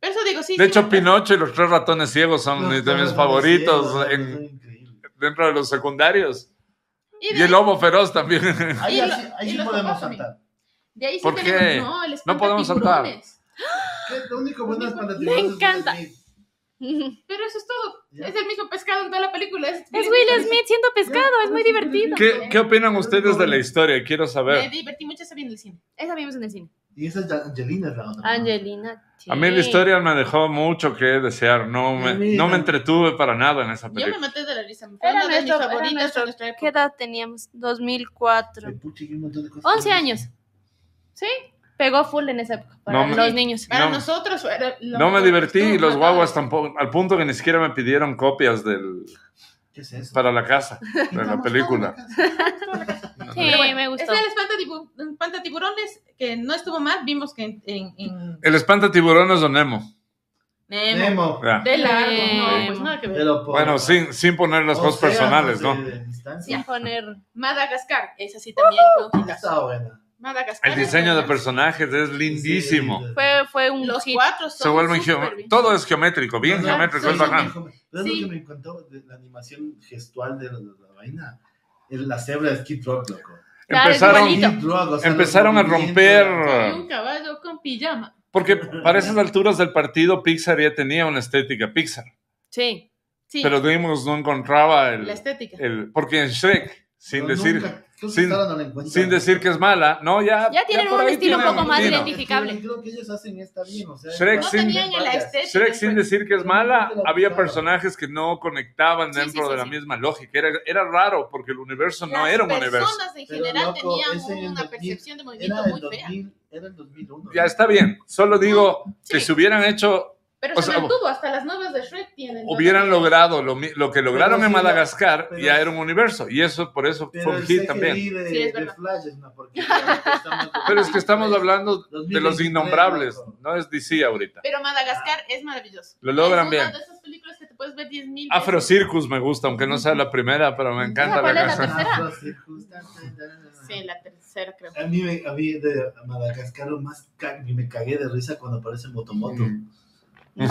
Pero eso digo, sí. De sí, hecho, me- Pinocho y los tres ratones ciegos son Los mis, de gatos mis con favoritos botas, son en- increíbles. dentro de los secundarios. Y de, Y el lobo feroz también. Ahí, Y ahí lo- sí- ahí y sí los podemos papás también. saltar. de ahí sí ¿Por tenemos- qué? No, el No podemos saltar. espantatiburones. ¿Qué? Lo único bueno es para Me encanta. Pero eso es todo. Ya. Es el mismo pescado en toda la película. Es, Es Will Smith siendo pescado, es muy divertido. ¿Qué, qué opinan ustedes de la historia? Quiero Me saber. divertí mucho esa bien en el cine. Esa vimos en el cine. Y esa es Angelina es la otra. ¿no? Angelina. A mí la historia me dejó mucho que desear. No me, no me entretuve para nada en esa Yo me película. maté de la risa. Me fue Era una de mis nuestro, era favoritas de nuestro- nuestra época. ¿Qué edad teníamos? 2004. Ay, pucha, que un montón de cosas. 11 años. ¿Sí? Pegó full en esa época para No me- los niños. Para No. nosotros era lo No me mejor. divertí y Estuvo los matado. guaguas tampoco, al punto que ni siquiera me pidieron copias del, ¿Qué es eso? para la casa, de la película. Sí, Pero bueno, me gustó. Está el espantatibu- espantatiburones, que no estuvo mal, vimos que en, en, en El espanta tiburones o Nemo. Nemo. Nemo. Ya. De largo. No, Nemo. pues nada que ver. Pero por- Bueno, sin, sin poner las cosas océanos personales, de- ¿no? de Sin distancia. poner. Madagascar, esa sí también fue un hitazo. Está buena. Madagascar. El es diseño de buena. personajes es lindísimo. Sí, sí, sí. Fue, fue un Los hit. cuatro son Se vuelven súper geo- bien. Todo es geométrico, bien Ajá, geométrico, sí, es sí, bacán. sí, sí. Pero es Sí. lo que me encantó de la animación gestual de la, de la vaina. Es la cebra de Skid Rock, loco. Claro, es Empezaron, bonito. Skid Rock, o sea, los empezaron a movimientos, romper. Soy un caballo con pijama. Porque para esas alturas del partido, Pixar ya tenía una estética Pixar. Sí. Sí, Pero Dreamworks no encontraba la el, estética. el- Porque en Shrek, sin pero decir. nunca- creo que sin- hasta ahora no la encuentran. Sin decir que es mala, no, ya. Ya tienen por un ahí estilo un tienen poco más estilo. identi- identificable. Creo que ellos hacen esta bien, o sea, Shrek No sin- tenían la varias. estética. Shrek, sin pues. decir que es mala, Nunca la había buscaron. personajes que no conectaban Sí, sí, dentro sí, de la sí. misma lógica. Era, era raro porque el universo no Las era un universo. personas en Pero, general loco, ese en tenían el una 2000 percepción de Era movimiento el, muy fea. 2000, era el 2001. Ya está bien. Solo digo que sí. si hubieran hecho, Pero O se sea, mantuvo, hasta las nuevas de Shrek tienen. hubieran todavía. logrado lo, mi- lo que lograron Pero en sí, Madagascar, pero- ya era un universo. Y eso por eso Pero fue un el hit CGI también. De, Sí, es de verdad. Flash es una porquería, loco, estamos Pero es que estamos hablando de 2023, los innombrables. pues, loco. No es DC ahorita. Pero Madagascar es maravilloso. Lo logran es una bien. de esas películas que te puedes ver 10.000 Afro veces. Circus me gusta, aunque no sea la primera, pero me encanta la ¿Cuál es la canción. tercera? Afro circunstancias. Sí, la tercera creo. A mí, me- a mí de Madagascar lo más ca- me cagué de risa cuando aparece Motomoto. Ujú. El-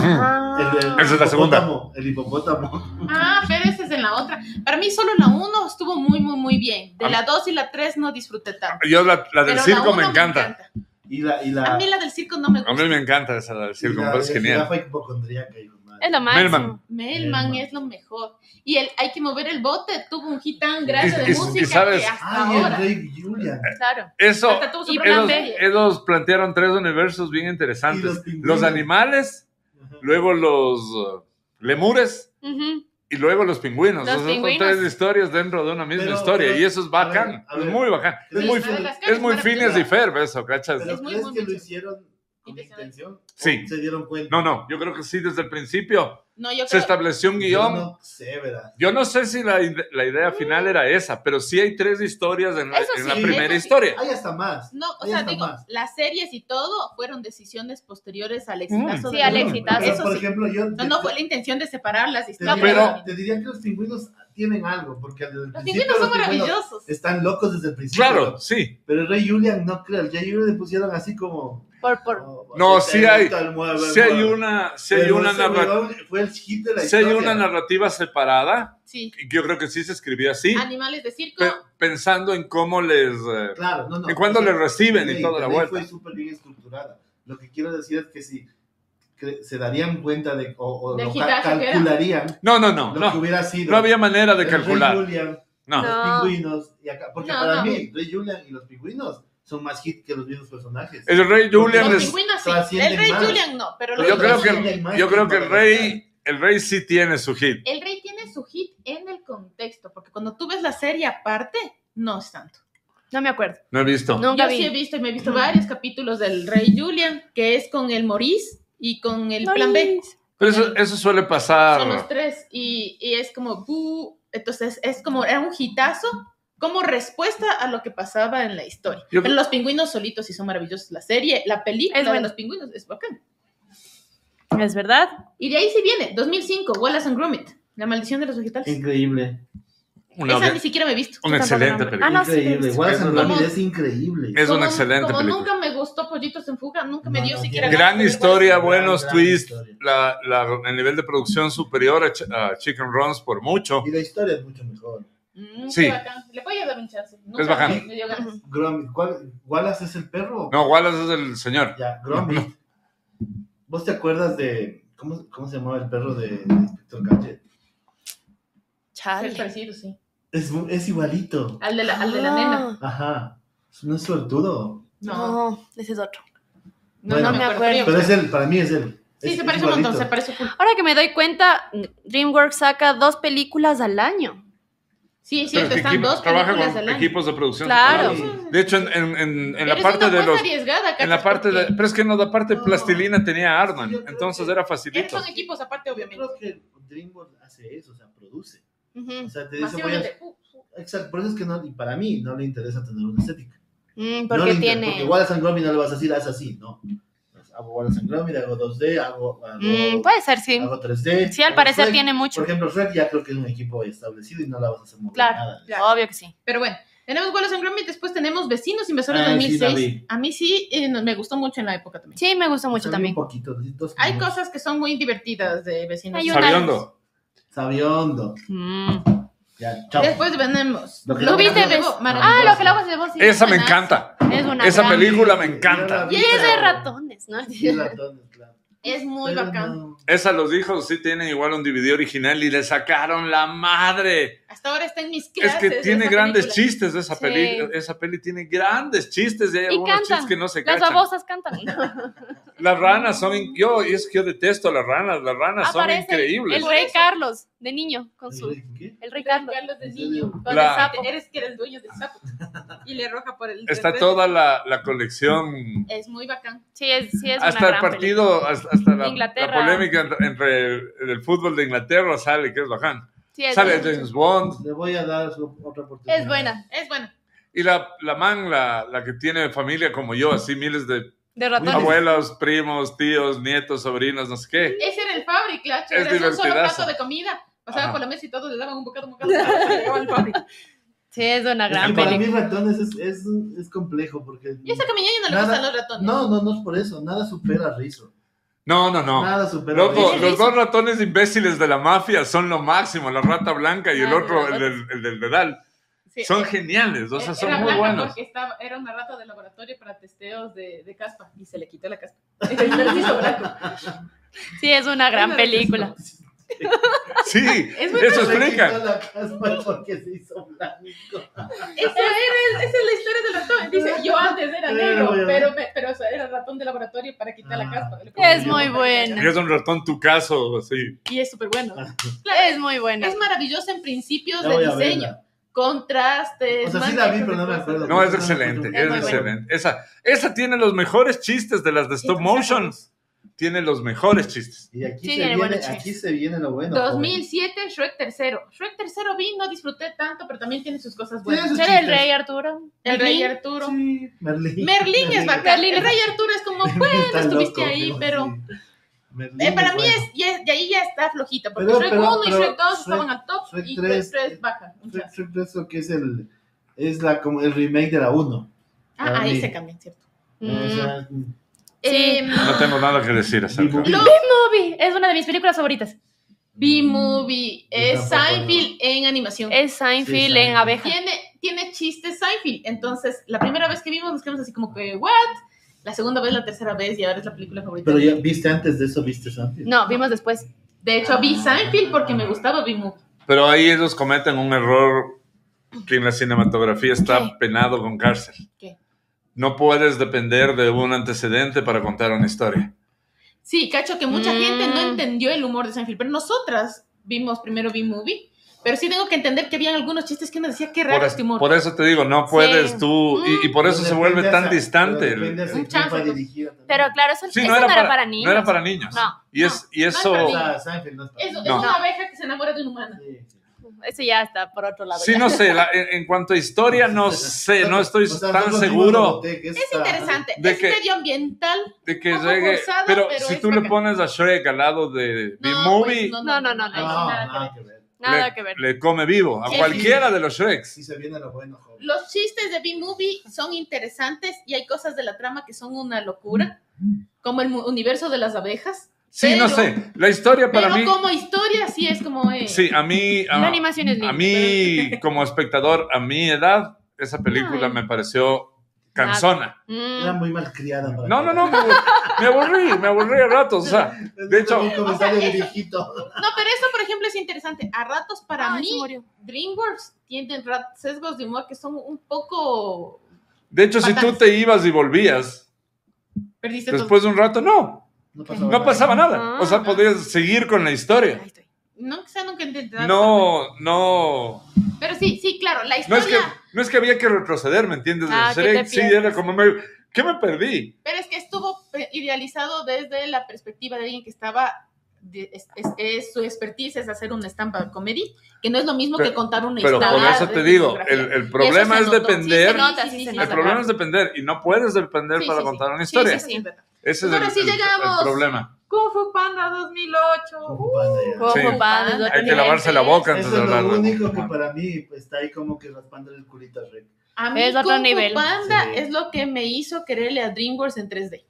el Esa es la segunda. hipopótamo, El hipopótamo. Ah, pero esa es en la otra. Para mí solo la 1 estuvo muy, muy, muy bien. De A la 2 y la 3 no disfruté tanto. Yo la, la del Pero circo la me uno encanta. Y la. Y la A mí la del circo no me A gusta. mí me encanta esa del circo, me parece genial. jirafa hipocondríaca, hijo de madre. Es lo máximo. Melman. Melman Melman. es lo mejor. Y el Hay que mover el bote tuvo un hit tan grande Y- de y- y música sabes- que hasta Ay, el ahora. rey Julian. Claro. Eso, Hasta tuvo su Y propia ellos, B. serie. ellos plantearon tres universos bien Y los interesantes. pingüinos. Los animales, Ajá. luego los uh, lemures Ujú. y luego los pingüinos. Los O sea, pingüinos. Son tres historias dentro de una misma Pero- historia pero- y eso es a ver, bacán, a ver. es muy bacán. Pero es muy, ¿crees- Madagascar es muy es fines y maravillosa. fair, eso, ¿cachas? pero es muy ¿Crees que bonito. lo hicieron con Intencional. intención? Sí. ¿O se dieron cuenta? No, no, yo creo que sí, desde el principio No, yo se creo estableció un Yo guión. no sé, ¿verdad? Yo no sé si la, ide- la idea final era esa, pero sí hay tres historias en la, Eso en sí, la eso primera sí. historia. Ahí está más. No, o Ahí sea, está digo, más. las series y todo fueron decisiones posteriores Mm, al exitazo. Sí, de- al No, exitazo. pero, Eso por sí. ejemplo, yo. No, no fue la intención de separar las te, historias. diría, pero- te diría que los pingüinos tienen algo, porque desde el los principio pingüinos son los pingüinos maravillosos. Están locos desde el principio. Claro, sí. Pero el rey Julian no creo. El rey Julian le pusieron así como. Por, por. oh, No, así, sí te hay- gusta el mueve, Si el hay mueve. una, si hay Pero una ese narrativa. weón Fue el hit de la Si hay historia. una narrativa separada, Sí. y yo creo que sí se escribía así, Animales de circo. pe- pensando en cómo les... eh, Claro, no, no. en cuándo O sea, le reciben y ley, toda la ley vuelta. Fue súper bien estructurada. Lo que quiero decir es que si cre- se darían cuenta de o, o Del lo hitazo ca- que era. calcularían No, no, no, lo que no. hubiera sido. No había manera de el Rey calcular. Julian, No. No. los pingüinos y acá, porque No, para no. mí el Rey Julian y los pingüinos son más hit que los mismos personajes. El rey Julian los es... pingüinos sí. trascienden El rey más. Julian no, pero los Yo creo pingüinos- que, yo creo que el rey... El rey sí tiene su hit. El rey tiene su hit en el contexto, porque cuando tú ves la serie aparte, no es tanto. No me acuerdo. No he visto. Nunca Yo sí he vi. visto y me he visto varios capítulos del rey Julian, que es con el Maurice y con el plan B. Pero eso, eso suele Son los pasar... tres. Y, y es como, "Bu". entonces es como, era un hitazo como respuesta a lo que pasaba en la historia. Yo- Pero los pingüinos solitos sí son maravillosos. La serie, la película Es buena. de los pingüinos es bacán. Es verdad. Y de ahí sí viene, 2005, Wallace and Gromit, La maldición de los vegetales. Increíble. Una, Esa ni siquiera me he visto. una excelente Ah, película. no, sí, increíble. es- Wallace and Como- Gromit es increíble. Es una Como- excelente Como película. nunca me gustó Pollitos en Fuga, nunca me No, dio no, siquiera tiene- ganas Gran de ver historia, Gran, buenos gran twists, historia. la, la- el nivel de producción superior a, Ch- a Chicken Runs por mucho. Y la historia es mucho mejor. Wallace. Mm, qué Sí. bacán. Le voy a dar un chance. Nunca Es bacán. me- me dio ganas. Gromit, ¿cuál- ¿Wallace es el perro? No, Wallace es el señor. Ya, Gromit. ¿Vos te acuerdas de cómo, cómo se llamaba el perro de, de Inspector Gadget? Ser Chale. parecido, sí. Es, mu- es igualito. Al de la, al de la nena. Ajá. No es suertudo. No, No, ese es otro. no, Bueno, no me pero- acuerdo. Pero es él, para mí es él. Sí, Es- se es parece un montón, igualito. se parece full. Ahora que me doy cuenta, DreamWorks saca dos películas al año. Sí, es cierto, Pero es que están equipo- dos trabaja películas con al año. equipos de producción. Claro. superiores. De hecho, en, en- en- en Pero la es parte una de apuesta los... arriesgada, En la cachas, parte de... porque Pero es que en la parte de No. plastilina tenía Yo Arnold, creo entonces que- era esos facilito. son equipos aparte, Yo obviamente. creo que DreamWorks hace eso, o sea, produce. Ujú. O sea, te dice, voy a- Masivamente. Uh, uh. Exacto, por eso es que no, y para mí no le interesa tener una estética. Mm, No le porque inter- tiene. Porque Wallace and Gromit no le vas a decir, haz "Ah, así, no. hago Wallace and Gromit, hago 2D, hago, hago, Mm, puede ser, sí. hago 3D. Sí, al hago parecer Shrek. tiene mucho. Por ejemplo, Shrek ya creo que es un equipo establecido y no la vas a hacer mover Claro. nada. Claro. Obvio que sí. Pero bueno, tenemos Wallace and Gromit, después tenemos Vecinos Invasores Ah, sí, 2006. la vi. a mí sí eh, no- me gustó mucho en la época también. Sí, me gustó mucho Sabía también. Pues, Un poquito, dos Hay minutos. cosas que son muy divertidas de Vecinos. Hay una- Sabiondo. Sabiondo. Mm. Ya, chao. Después venemos. Lo que ¿Lo Lo viste? que ves? luego, Ah, maravilloso. lo que luego se llevó. sí, Esa es me buena. encanta. Es una Esa gran- película me Yo la encanta. vi, Y ella es de pero- ratones, ¿no? Sí, ratones, claro. Es muy Pero bacán. no. Esa, los hijos sí tienen igual un DVD original y le sacaron la madre. Hasta ahora está en mis Es clases. que tiene esa grandes película. chistes de esa Sí. peli. Esa peli tiene grandes chistes y hay Y algunos cantan. chistes que no se Las cachan. babosas cantan. ¿no? Las ranas son. in- Yo, y es que yo detesto a las ranas. Las ranas Aparece son increíbles. el rey Carlos, de niño, con su. ¿Qué? El rey Carlos. Carlos de niño. Con La- el sapo. Eres que eres el dueño del sapo. Y le roja por el. Está respeto. toda la, la colección. Es muy bacán. Sí, es, sí es hasta una el gran película. partido, hasta, hasta la, Inglaterra. la polémica entre, entre el, el fútbol de Inglaterra sale, que es bacán. Sí, es, Sale James Bond. Le voy a dar su- otra oportunidad. es buena. Es bueno. Y la, la man, la, la que tiene familia como yo, así miles de De ratones. Abuela. abuelos, primos, tíos, nietos, sobrinos, no sé qué. Ese era el Fabri, clacho. Es Era un solo divertidazo. plato de comida. Pasaba Ajá. por la mesa y todos le daban un bocado, un bocado. y llegaba el Fabri. Sí, es una Gran gran Y para película. mí ratones es, es, es complejo porque... Y eso que a mi ñaño no le Nada. gustan los ratones. No, no, no es por eso. Nada supera a Rizo. No, no, no. Nada supera a Loco, Rizzo. los dos ratones imbéciles de la mafia son lo máximo, la rata blanca y el Ah, otro, los el del, el del dedal. Sí. Son geniales, o sea, Eh, Era son blanca muy buenos. Porque estaba, era una rata de laboratorio para testeos de, de caspa y se le quitó la caspa. Pero se hizo blanco. Sí, es una gran Una película. Sí, Es muy eso Le explica. quitó la caspa porque se hizo blanco. Esa, era, el- esa es la historia del ratón. Dice, yo antes era Pero negro, voy a ver. pero, me- pero o sea, era ratón de laboratorio para quitar la Ah. caspa. Es muy buena. Y es un ratón tu caso, sí. Y es súper bueno. Es muy buena. Es maravillosa en principios Ya de voy a diseño. verla. Contrastes. O sea, sí mangas, la vi, pero no me cosas. acuerdo. No, es excelente, muy es bueno. excelente. Esa, esa tiene los mejores chistes de las de stop motion. Tiene los mejores chistes. Y aquí, Sí, se tiene viene, buenos chistes. aquí se viene lo bueno. joven. 2007, Shrek tercero. Shrek tercero vi, no disfruté tanto, pero también tiene sus cosas buenas. Sí, ¿Era el rey Arturo? El Rey Merlín. Arturo. Sí, Merlín. Merlín es bacán. Merlín El es- Rey Arturo es como, Merlín bueno, está estuviste loco, ahí, sí. pero. Merlín Eh, para es mí bueno. es, ya, de ahí ya está flojita, porque Pero- Shrek pero- 1 y pero Shrek 2 Shrek- estaban al top Shrek y Shrek tres- 3 baja. O sea, Shrek- Shrek Tres, lo que es el. Es la, como el remake de la 1. ah, ahí mí. se cambian, ¿cierto? O Mm. sea, Em, No tengo nada que decir acerca. Dibujo. lo- Movie es una de mis películas favoritas. B-Movie, eh, tampoco, no. Seinfeld en animación. Es Seinfeld Sí, en Seinfeld. abeja. Tiene, tiene chistes Seinfeld. Entonces, la primera vez que vimos nos quedamos así como que, ¿what? La segunda vez, la tercera vez y ahora es la película favorita. Pero ya viste antes de eso, viste antes. No, vimos después. De hecho, vi Seinfeld porque me gustaba B-Movie. Pero ahí ellos cometen un error que en la cinematografía está ¿Qué? penado con cárcel. ¿Qué? No puedes depender de un antecedente para contar una historia. Sí, cacho que mucha Mm. gente no entendió el humor de Seinfeld, pero nosotras vimos primero B-Movie. Pero sí tengo que entender que habían algunos chistes que uno decía, qué raro Por, este humor. por eso te digo, no puedes Sí. tú, y, y por eso Pero se vuelve depende tan a- distante. pero depende a Un quién chance, fue entonces. dirigida también. Pero claro, eso, Sí, eso no era, para, niños. no era para niños. No, y, es, y eso, para O niños. sea, Seinfeld no es para- Es, es No. una abeja que se enamora de un humano. Sí. eso ya está por otro lado. sí, ya. no sé, la- en, en cuanto a historia, no sé, no estoy O sea, tan nosotros seguro vimos Robotech, Es Interesante. De es que- medioambiental. de que poco llegue. forzado, pero, pero si es tú le bacán. pones a Shrek al lado de mi movie, pues, No, no, no, no. ahí sí No, nada que ver. nada que ver. Nada le, que ver. le come vivo a Sí, sí. cualquiera de los Shreks. Sí se viene lo bueno, joven. Los chistes de B-Movie son interesantes y hay cosas de la trama que son una locura, como el mu- universo de las abejas. Sí, no Pero- sé. La historia para pero mí. como historia sí es como... eh, Sí, a mí. la A, animación es linda. a mí, como espectador, a mi edad, esa película Ay. me pareció Ah, cansona. pero- Mm. Era muy mal criada. para No, mí. no, no, me abur- me aburrí, me aburrí a ratos. O sea, de hecho- un comentario O sea, de viejito. No, pero eso, por ejemplo, es interesante. A ratos, para Ay, se mí, murió. DreamWorks tienen ra- sesgos de humor que son un poco... de hecho, si tú Patadas. te ibas y volvías, Perdiste todo. después de un rato, no, No no pasaba nada. Ah, O sea, no. podías seguir con la historia. Ahí estoy. No, quizá nunca intenté. No, no. Pero sí, sí, claro, la No historia... es que, no es que había que retroceder, ¿me entiendes? Ah, que De te Shrek, sí, pierdas. era como, me- ¿qué me perdí? Pero es que estuvo eh, idealizado desde la perspectiva de alguien que estaba. de- es, es- es- su expertise es hacer una estampa comedy, que no es lo mismo que Pero- contar una Pero historia. por eso te de digo, biografía. el, Y el eso problema se es notó. Sí, se depender. nota, Sí, sí, se se nota. El nota, problema claro. es depender y no puedes depender Sí, para sí, sí. contar Sí, una sí, historia. sí, es verdad. Ese es el, Ahora sí el- el llegamos. problema. Kung Fu Panda 2008. Como Uh, panda ya. Como Sí. papás, de otro Hay que nivel. lavarse la boca antes Eso de es hablar. lo único que para mí pues, está ahí como que raspándole el culito al rey. a mí Es otro Kung Fu nivel. Panda Sí. es lo que me hizo quererle a DreamWorks en 3D.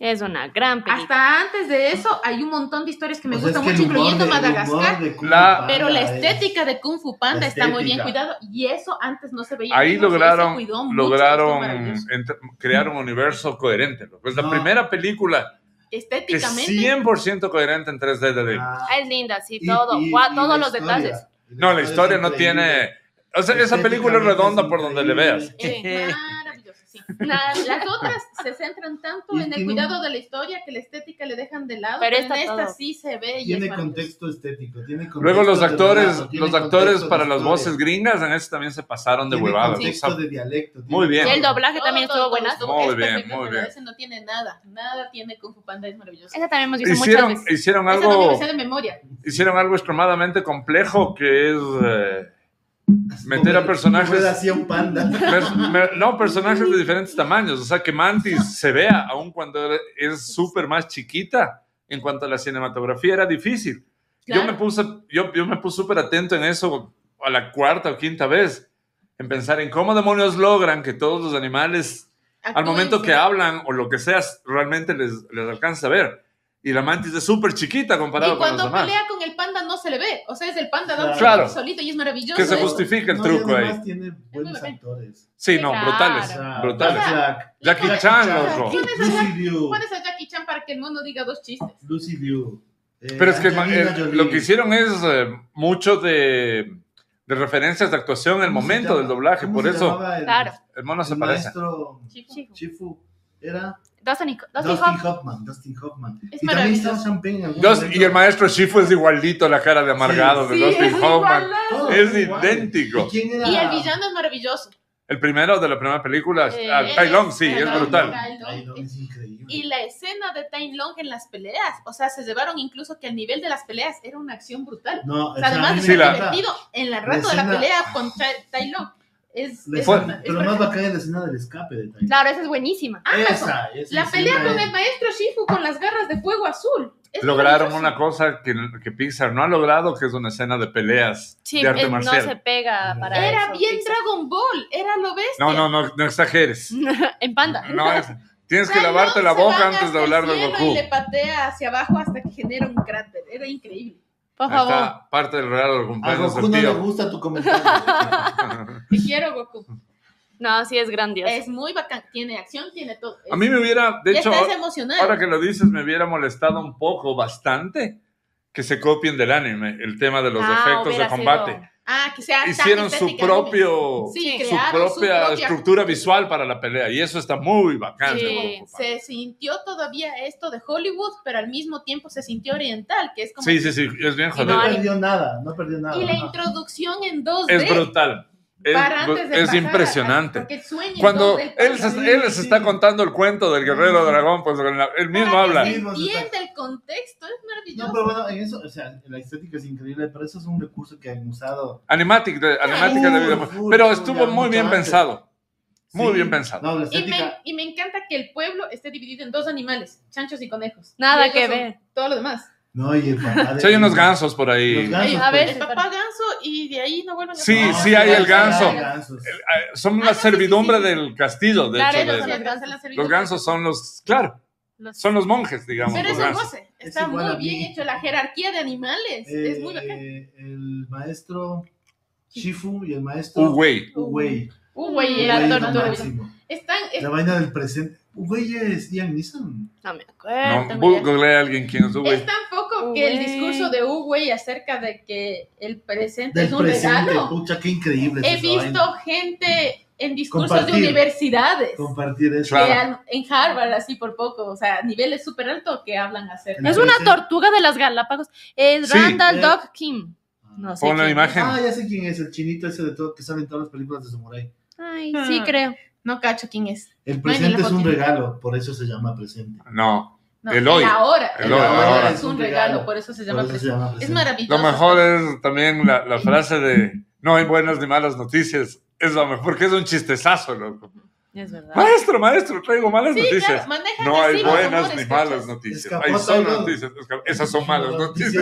Es una gran película. Hasta antes de eso hay un montón de historias que me O sea, gustan Pues es que mucho, el humor incluyendo de- el humor Madagascar. de Kung Fu La- Panda Pero la es- estética de Kung Fu Panda La está muy bien estética. cuidado y eso antes no se veía. Ahí bien, o sea, se lograron, cuidó mucho, lograron esto es maravilloso. ent- crear un universo coherente. loco. Es la No. primera película que es Estéticamente. 100% coherente en 3D. de Disney. Ah, Es linda, sí, y- todo. y- Guau, y todos la los historia. detalles. Y No, la historia no increíble. tiene... O sea, esa película es Estéticamente redonda es por donde le increíble. veas. Sí. es eh, maravilloso, sí. La- las otras se centran tanto Y en el tiene- cuidado de la historia que la estética le dejan de lado, Pero pero, está en esta todo. sí se ve y es Tiene maravilloso. contexto estético. Tiene contexto Luego los de actores, relato, tiene los actores contexto para de las historia, voces gringas en este también se pasaron de tiene huevadas. contexto o sea, de dialecto. tiene Muy bien. Y el todo. doblaje Ah, también Todo, todo, estuvo buenazo. todo. Muy Esta bien, película muy de bien. ese no tiene nada, nada tiene Kung Fu Panda, es maravilloso. Esa también hemos visto hicieron, muchas veces. hicieron Esa no me la algo, sé de memoria. hicieron algo extremadamente complejo que es... eh, meter a Como- personajes- como él hacía un panda. Pers- me- no, personajes de diferentes tamaños. O sea, que Mantis se vea, aun cuando es súper más chiquita en cuanto a la cinematografía, era difícil. Yo Claro. me puse yo, yo me puse súper atento en eso a la cuarta o quinta vez, en pensar en cómo demonios logran que todos los animales, al Actúen, momento sí. que hablan o lo que sea, realmente les, les alcanza a ver. Y la Mantis es súper chiquita comparado Y con los cuando demás. pelea con el panda no se le ve, o sea, es el panda dando Claro. solito y es maravilloso. Que se eso. justifica el No, y truco ahí. además tiene buenos bacán. actores. Sí, no, Claro. O brutales. sea, Brutales. Jack Black, Jackie Jackie Chan, Chan. loco. ¿Quién es Lucy Jack? Liu. Pones a Jackie Chan para que el mono diga dos chistes. Lucy Liu. eh, Pero es que Angelina eh, Jolie. lo que hicieron es eh, mucho de, de referencias de actuación en el ¿Cómo se momento llama? del doblaje, ¿Cómo por se eso llamaba El, Claro. el mono se el parece. maestro Chifu. Chifu era Dustin, Dustin Dustin Hoffman. Hoffman. Dustin Hoffman. Es y también maravilloso. Sebastian Penn en algún Dos- momento. y el maestro Shifu es igualito la cara de amargado de Sí, Dustin es Hoffman. igualazo. Todos Es son iguales. idéntico. ¿Y quién era? Ah. Y el villano es maravilloso. El primero de la primera película, Eh, ah, Tai Lung, sí, Tai es Lung. brutal. Tai Lung. Tai Lung es increíble. Y la escena de Time Long en las peleas, o sea, se llevaron incluso que al nivel de las peleas era una acción brutal. No, O sea, además de Sí, ser la- divertido en la la rato de la escena- pelea con Tai- Tai Long. Es, la es- Fue- es- escena- pero más bacán es la escena del escape de Tai Lung. Claro, esa es buenísima. Ah, Esa, esa la escena pelea con es- el maestro Shifu con las garras de fuego azul. Es Lograron maravilloso. una cosa que, que Pixar no ha logrado, que es una escena de peleas Sí, de arte él no se marcial. pega para Era eso, bien Pixar. Dragon Ball, era lo bestia. No, no, no, no exageres. En panda. No, es- tienes que Tai Lung lavarte la se boca va antes de hasta el hablar de cielo Goku. Y le patea hacia abajo hasta que genera un cráter. Era increíble. Por Ahí está favor. parte del regalo del A cumpleaños Goku del no le tío. gusta tu comentario. Te quiero, Goku. No, sí es grandioso. Es muy bacán. Tiene acción, tiene todo. A mí me hubiera, de ya hecho, estás emocional. ahora que lo dices, me hubiera molestado un poco, bastante, que se copien del anime el tema de los Ah, efectos de hubiera combate. sido- ah, que sea tan Hicieron su estética, propio, Sí, su crearon su propia propia- estructura visual para la pelea y eso está muy bacán. Sí, de anime. Goku. Se sintió todavía esto de Hollywood, pero al mismo tiempo se sintió oriental, que es como. sí, sí, sí, es bien No jodido. Vale. perdió nada, no perdió nada. Y la Ajá. introducción en 2D. Es brutal. Es, para antes de es pasar, impresionante. porque el sueño en Cuando 2D él, pasa. se, él les está contando el cuento del guerrero dragón, pues con la- él mismo Para que habla. Se Mismo se entiende el contexto, es maravilloso. No, pero bueno, en eso, o sea, la estética es increíble, pero eso es un recurso que han usado. Animatic de, animática de full, videojuego. full, Pero full, estuvo ya muy mucho bien antes. pensado. Muy Sí. bien pensado. No, la Y me, estética. y me encanta que el pueblo esté dividido en dos animales, chanchos y conejos. Nada Y ellos que son ver. Todo lo demás. No, y el papá de- Sí, hay unos gansos por Los ahí. gansos, Ey, a pues. ver, El papá ganso y de ahí no vuelven a Sí, No, sí hay el hay ganso. gansos. Ah, Son Ah, una no, sí, servidumbre sí, sí, sí. del castillo, de Claro, hecho. ellos de- son los- los gansos son los, claro, son los monjes, digamos. Pero es Los un gansos. goce. Está Es igual muy a bien mí. hecho la jerarquía de animales. es Eh, muy bacán. el maestro Shifu y el maestro Uguay. Uwey. Uh, güey, era La Uwey es lo tortuga. máximo. Están. es- La vaina del presente. Uwey es Ian Neeson. No me No, acuerdo. también. google a alguien quién es Es Uguay. tan poco Uh, que el güey. discurso de U, güey, acerca de que el presente Del es un presente, regalo. pucha, qué increíble. es He esa visto vaina. gente en discursos Compartir. de universidades. Compartir eso. que Claro. han- en Harvard, así por poco, o sea, niveles súper altos que hablan acerca. Es una tortuga de las Galápagos. Es Sí. Randall Eh. Dog Kim. No sé Pon la quién imagen. Ah, ya sé quién es, el chinito ese de todo que sale en todas las películas de Samurai. es. Ay, sí creo. No cacho quién es. El No hay ni la presente es un foto. regalo, por eso se llama presente. No, No, El el hoy. ahora. El hoy, ahora. es un regalo, por eso se llama Por eso se presente. llama Es presente. maravilloso. lo mejor es también la, la frase de no hay buenas ni malas noticias. Es lo mejor, porque es un chistezazo, loco. Es verdad. Maestro, maestro, traigo malas Ah. Sí, noticias. claro, manejan No así hay los buenas rumores, ni ¿cachas? malas noticias. Escapó Hay solo todo. noticias. esca- Esas son malas noticias.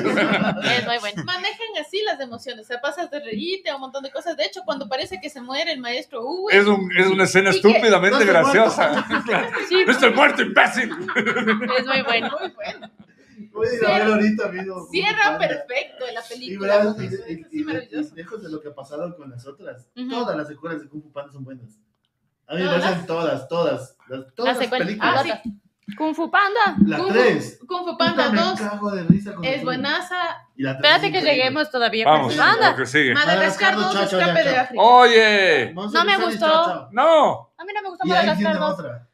Es muy bueno. Manejan así las emociones, o sea, pasas de reírte a un montón de cosas. De hecho, cuando parece que se muere el maestro Hugo, Es, un- es una escena Y que- No estúpidamente se graciosa. Sí, No estoy muerto, imbécil. es muy bueno. muy bueno. Voy a ir a ver ahorita, amigo. Cierra perfecto la Y película. verás, porque y- eso y- es y- así maravilloso. y lejos de lo que ha pasado con las otras, Ujú. todas las secuelas de Kung Fu Panda son buenas. A mí me ¿Todas? parecen todas, todas. Las, La todas las secuela. películas. Ah, sí. Kung Fu Panda. La Kung Fu- 3. Kung Fu Panda 2 Me cago de risa con la es tres. buenaza. Y la tres Espérate es que increíble. lleguemos todavía con Vamos, Kung Fu Anda. lo Panda. que sigue. Madagascar Madagascar 2 chao, chao, escape ya, de chao. África. Oye, No me González, gustó. chao, chao. no. A mí no me gusta Y ahí tiene Madagascar 2. otra.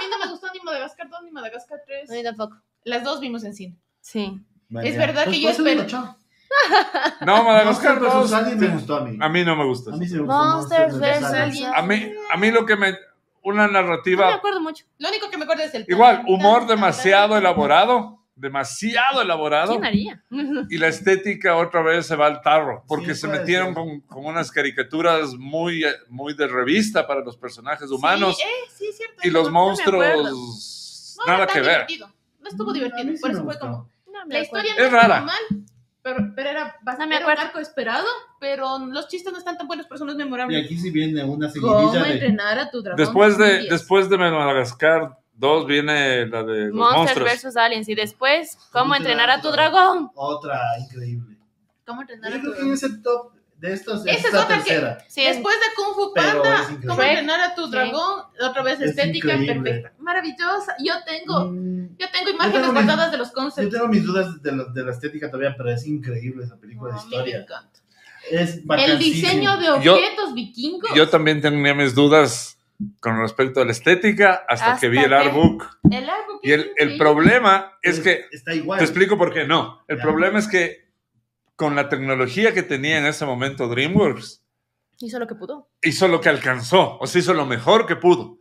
A mí no me gustó ni Madagascar 2 ni Madagascar 3. A mí tampoco. Las dos vimos en cine. Sí. Vale, verdad pues que yo por eso digo, espero- chao. No, Madagascar Monster vs. 2. Alien me gustó a mí. A mí no me gusta. A mí sí me gustó Monsters Monster vs. vs. Aliens. A mí, a mí lo que me. Una No me narrativa. acuerdo mucho. Lo único que me acuerdo es el. Igual, humor demasiado elaborado. Demasiado elaborado. ¿Quién haría? Y la estética otra vez se va al tarro, porque Sí, se puede metieron ser. con, con unas caricaturas muy, eh, muy de revista para los personajes humanos Sí, eh, sí, cierto. y los No, acuerdo. monstruos. no era nada tan que ver. divertido. No estuvo A divertido. mí sí Por me eso fue gustó. como. No me La acuerdo. historia Es no es rara. rara. mal, pero, pero era bastante No no me acuerdo. esperado, pero los chistes no están tan buenos, pero son los Y memorables. aquí sí viene una ¿Cómo seguidilla de. entrenar a tu dragón? Después con de, diez? después de Madagascar 2 viene la de los Monsters monstruos. vs. Aliens. Y después, ¿cómo entrenar a tu dragón? Otra increíble. ¿Cómo entrenar a Yo tu creo que en dragón? ese top de estos Esa es la es otra que- tercera. Sí, es- Después de Kung Fu Pero Panda, es increíble. ¿cómo entrenar a tu Sí. dragón? Otra vez Es estética increíble. perfecta. Maravillosa. Yo tengo, Mm, yo tengo imágenes tengo mis- guardadas de los Yo conceptos. tengo mis dudas de, la- de la estética todavía, pero es increíble esa película No, de Oh, a mí me historia. encanta. Es El bacanísimo. diseño de Yo- objetos vikingos. Yo también tenía mis dudas con respecto a la estética hasta, Hasta que vi el que- artbook. el árbol que Y el, el increíble. problema es que Está igual. Te explico por qué no. El Ya. problema es que con la tecnología que tenía en ese momento DreamWorks, hizo lo que pudo. hizo lo que alcanzó, o sea, hizo lo mejor que pudo.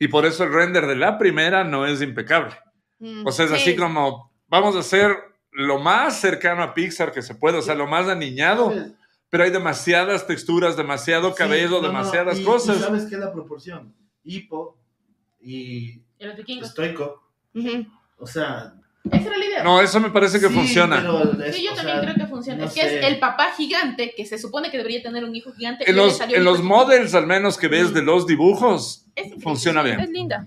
Y por eso el render de la primera no es impecable. Mm, O sea, Pues es sí. así como, vamos a hacer lo más cercano a Pixar que se pueda, o sea, lo más aniñado, pero hay demasiadas texturas, demasiado Sí, cabello, no, no, demasiadas y- cosas. y ¿Sabes qué es la proporción? Hipo y Y los vikingos. estoico. Ujú. O sea, Esa era la idea. no, eso me parece que sí, funciona. pero es- Sí, yo o también sea, creo que funciona. no es que sé. es el papá gigante que se supone que debería tener un hijo gigante. y En le los, salió en hijo los gigante. models, al menos que ves de los dibujos, Es increíble. funciona bien. Es linda.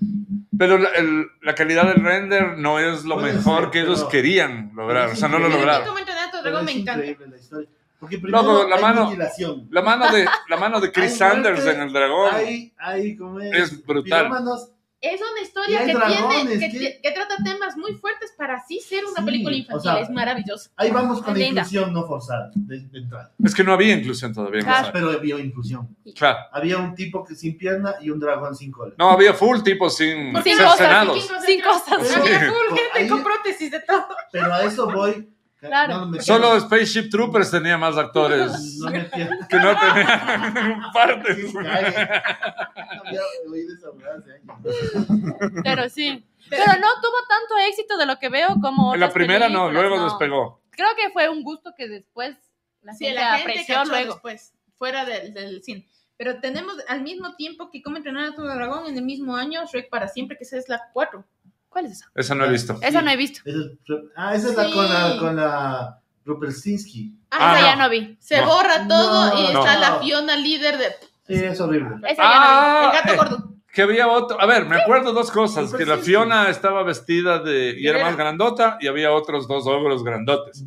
Pero la, el- la calidad del render no es lo Puede mejor ser, que ellos pero- querían lograr. pero O es sea, no lo Pero increíble. lograron. Cómo entrenar a tu pero dragón me es encanta. increíble la historia. Porque primero Loco, la hay mano- mutilación. La mano de, la mano de Chris Hay Sanders muerte, en el dragón. Hay, hay como es, Es brutal. pirómanos, Es una Y historia hay que dragones, tiene, que, ¿qué? te- que trata temas muy fuertes para así ser una Sí, película infantil. o sea, es maravillosa. Ahí vamos con la Linda. inclusión no forzada de, de entrada. Es que no había inclusión todavía. en Claro. esa época. Pero había inclusión. Claro. Había un tipo que sin pierna y un dragón sin cola. No había full tipo sin Sin los cercenados. vikingos Sin entran- cosas. Sí. Había full Pues gente ahí- con prótesis de todo. Pero a eso voy. Claro. No, me Solo pierdo. Spaceship Troopers tenía más actores No me pierdo. que no tenían partes. Había oído esa huevada hace años. Pero sí. Pero no tuvo tanto éxito de lo que veo como. En la otras primera no, películas, luego no. despegó. Creo que fue un gusto que después la Sí, gente la gente apreció cachó luego. después, fuera del, del cine. Pero tenemos al mismo tiempo que Cómo entrenar a tu dragón en el mismo año Shrek para siempre, que esa es la 4. ¿Cuál es esa? Esa no he visto. Esa no he visto. Esa es- ah, esa es la con la, Sí. con la Rupersinski. Ah, esa no. ya no vi. Se No. borra todo y No. está No. la Fiona líder de Sí, es horrible. Esa Ah, el gato eh, gordo. Que había otro. A ver, me acuerdo dos cosas: que la Troopers, sí. Fiona estaba vestida de. y era Guerrera. más grandota, y había otros dos ogros grandotes.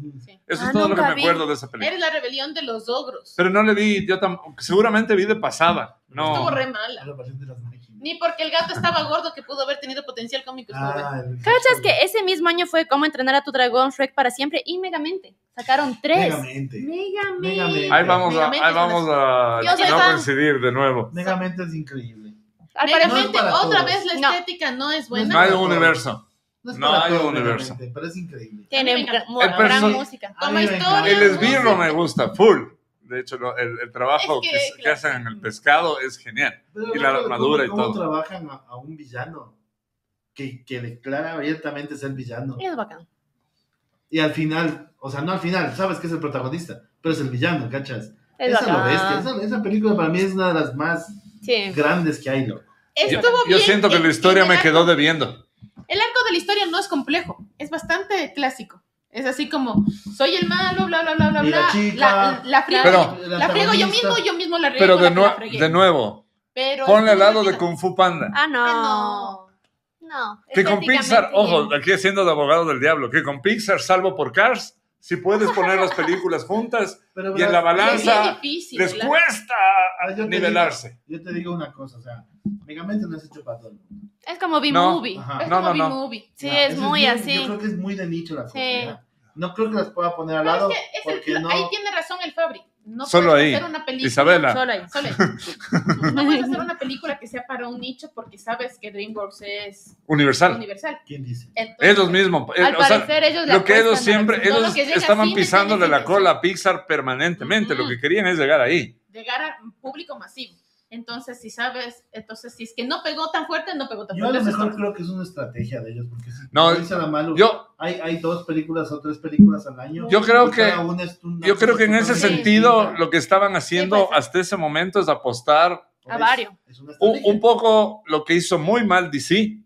Eso Ah, es todo lo que nunca me vi. acuerdo de esa película. Eres la rebelión de los ogros. Pero no le vi, yo tampoco, seguramente vi de pasada. No. Estuvo re mala. La versión de las máquinas. Ni porque el gato estaba gordo que pudo haber tenido potencial cómico. estuvo pues, bueno. Ah, el- ¿Cachas que ese mismo año fue Cómo entrenar a tu dragón, Shrek para siempre y Megamente? Sacaron tres. Megamente. Megamente. Megamente. Ahí vamos a, Megamente ahí es una- vamos a Yo soy no fan. coincidir de nuevo. Megamente es increíble. Al Megamente, parecer- No es para otra todos. vez la No. estética no, es No buena. hay un universo. No es No para hay todo universo. Megamente, pero es increíble. Tiene A mí me gran, encanta. mu- El gran perso- música. Como A mí me historia, encanta. El Ay, esbirro no sé. me gusta, full. De hecho, lo- el, el trabajo Es que, que, se- que claro. hacen en el pescado es genial. Pero Y la no, armadura y ¿cómo- todo. ¿Cómo trabajan a, a un villano que, que declara abiertamente ser villano? Es bacán. Y al final, o sea, no al final, sabes que es el protagonista, pero es el villano, ¿cachas? Es esa es lo bacán. bestia. Esa, esa película para mí es una de las más Sí. grandes que hay, loco. Yo, Estuvo yo bien siento que el- la historia el me arco- quedó debiendo. El arco de la historia no es complejo, es bastante clásico. Es así como, soy el malo, bla, bla, bla, bla, Y la bla. chica. la, la friego, Pero- El la friego yo antagonista. mismo, yo mismo la riego. Pero la- de, nue- la fregué. de nuevo, Pero ponle al estuvo lado de divertido. Kung Fu Panda. Ah, no. Ah, No. Que con Pixar, estéticamente ojo, eh, bien. aquí siendo de abogado del diablo, que con Pixar, salvo por Cars, si puedes poner las películas juntas, Pero, Y en la no. verás, Es balanza- bien Lanza, difícil. les la- cuesta Ah, yo te nivelarse. Yo te digo una cosa, o sea, Megamente no es hecho para todo el mundo. Es como No. B-Movie. Ajá. Es No, como no, no. B-movie. Sí, Ya, es eso muy bien, Yo así. creo que es muy de nicho la cosa. Sí. ya. No creo que las pueda poner al Pero lado es que es el- porque no. ahí tiene razón el Fabri. No Solo puedes ahí. hacer una película. Isabela. Solo ahí, solo ahí. No puedes hacer una película que sea para un nicho porque sabes que DreamWorks es universal. universal. ¿Quién dice? Entonces, Ellos mismos. eh, Al o sea, parecer ellos le lo que ellos apuestan a la- siempre, todo lo ellos que llega estaban así me pisándole tiene la que cola a Pixar permanentemente. Lo Ujú. que querían es llegar ahí. llegar a un público masivo. Entonces, si sabes, entonces si es que no pegó tan fuerte, no pegó tan Yo a fuerte. Eso lo es mejor todo. creo que es una estrategia de ellos, porque si No, como dice la Malu, Yo, hay, hay dos películas o tres películas al año. Yo creo y que- cada una es una yo creo cosa que en ese totalmente sentido distinta. lo que estaban Sí, haciendo pues, hasta ese momento es apostar A varios. Es una un, estrategia. un poco lo que hizo muy mal DC.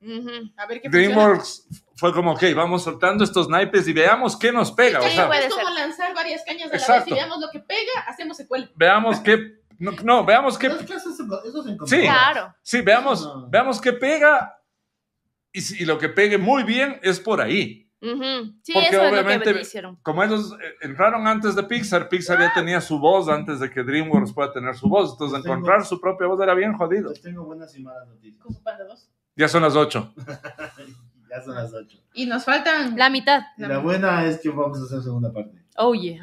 Ujú. A ver qué funciona. DreamWorks fue como, ok, vamos soltando estos naipes y veamos qué nos pega. O Sí, sea, güey. es Puede como lanzar varias cañas a la vez Exacto. y veamos lo que pega, hacemos secuela. veamos qué. No, no, veamos qué. Dos clases, eso se Sí. Claro. Sí, veamos, No. veamos qué pega. Y, si- y lo que pegue muy bien es por ahí. Ujú. Sí, Porque eso es lo obviamente- que hicieron. Como ellos eh, entraron antes de Pixar, Pixar Ah. ya tenía su voz antes de que DreamWorks pueda tener su voz. Entonces, Pues Tengo- encontrar su propia voz era bien jodido. Les Pues tengo buenas y malas noticias. Kung Fu Panda 2. Ya son las 8. Ya son las 8. Y nos faltan. La mitad. Y la buena es que vamos a hacer segunda parte. Oh, yeah.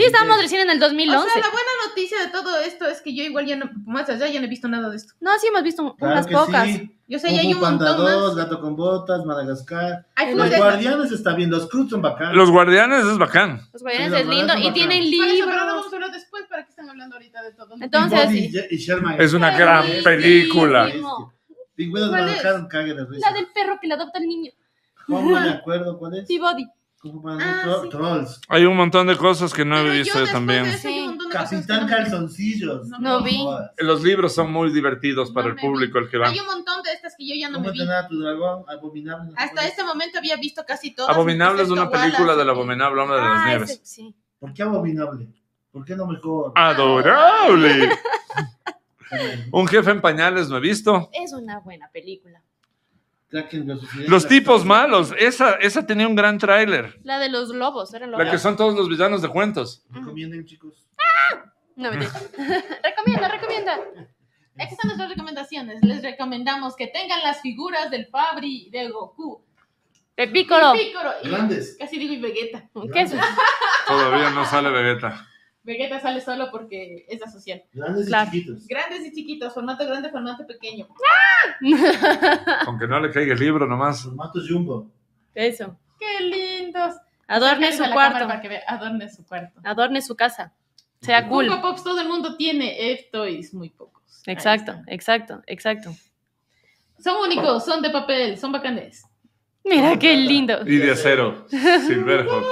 Sí, que- estábamos recién en el O sea, 2011. la buena noticia de todo esto es que yo igual ya no, más allá ya no he visto nada de esto. No, sí hemos visto un- Claro unas que pocas. sí. Yo sé, ya hay Kung un Fu Panda montón 2, más. Gato con Botas, Madagascar. Hay full Los Los de esas. Guardianes está bien, los Cruz son bacanos. Los Guardianes es bacán. Los guardianes Sí, es los lindo guardianes y son tienen Por eso, pero no libros. vamos a hablar después para que están hablando ahorita de todo. Y Bobby Entonces, y Ye- y Sherman. Es una Ay, gran sí, película. sí. Pingüinos ¿Cuál me es? dejaron cague de risa. la del perro que le adopta el niño. ¿Cómo me acuerdo cuál es? Peabody. ¿Cómo para Ah, no? Tro- sí. Trolls. Hay un montón de cosas que no Pero he yo visto después también. de eso hay un Sí. montón de cosas que Capitán no me- Calzoncillos. No No me vi. jodas. Los libros son muy divertidos para No el me público al que van. Hay un montón de estas que yo ya no ¿Cómo me vi. entrenar a tu dragón? Abominable. no Hasta sé. este momento había visto casi todas. Abominable es excepto una película Wallace. del abominable hombre de las Ah, nieves. ese- sí. ¿Por qué abominable? ¿Por qué no mejor? Ah. Adorable. Como Un jefe en pañales no he visto. Es una buena película. Kraken versus Sirena. Los tipos malos. Esa, esa tenía un gran tráiler. La de los lobos, eran lobos. La que son todos los villanos de cuentos. Recomienden, chicos. No, mentira. recomienda, recomienda. Estas son nuestras recomendaciones. Les recomendamos que tengan las figuras del Fabri, de Goku, De Piccolo. y Piccolo, y- Grandes. casi digo y Vegeta. ¿Qué es? Todavía no sale Vegeta. Vegeta sale solo porque es asociado. Grandes Claro. y chiquitos. Grandes y chiquitos, formato grande, formato pequeño. Aunque no le caiga el libro nomás. Formatos jumbo. Eso. ¡Qué lindos! Adorne Sáquenles su a la cámara Para cuarto. que vea- Adorne su cuarto. Adorne su casa. Sea cool. Funko Pops todo el mundo tiene, F-Toys muy pocos. Ahí Exacto, están. exacto, exacto. Son únicos, son de papel, son bacanes. Mira qué lindo. Y de acero. Silverhawks.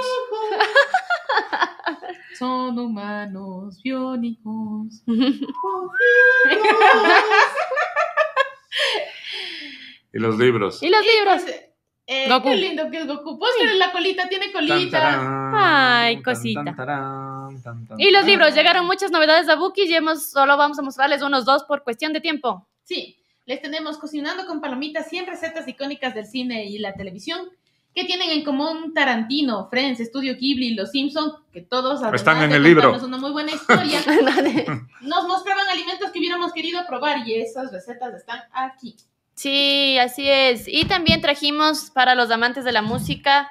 Son humanos biónicos. Y los libros. Y los libros. Eh, Goku. Qué lindo que es Goku. Póngale la colita, tiene Tan, colita. tarán, Ay, tan, cosita. tan, tarán, tan, tan, Y los tarán. libros. Llegaron muchas novedades a Bookies y hemos, solo vamos a mostrarles unos dos por cuestión de tiempo. Sí, les tenemos cocinando con palomitas 100 recetas icónicas del cine y la televisión. que tienen en común Tarantino, Friends, Estudio Ghibli, Los Simpson? Que todos además Están en de el libro. contarnos una muy buena historia. Nos mostraban alimentos que hubiéramos querido probar y esas recetas están aquí. Sí, así es. Y también trajimos para los amantes de la música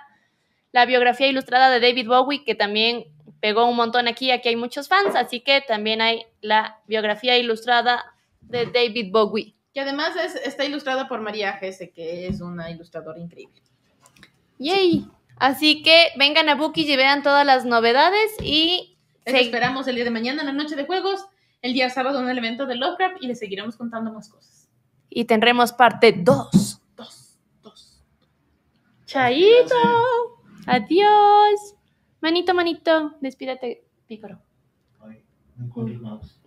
la biografía ilustrada de David Bowie, que también pegó un montón aquí. Aquí hay muchos fans, así que también hay la biografía ilustrada de David Bowie. Que además es- está ilustrada por María Gese, que es una ilustradora increíble. ¡Yay! Así que vengan a Bookies y vean todas las novedades y... Les se- esperamos el día de mañana en la noche de juegos, el día sábado en el evento de Lovecraft y les seguiremos contando más cosas. Y tendremos parte 2. Dos, dos. Chaito. Adiós. Manito, manito. Despídate, pícaro. Ay, no encuentro el mouse.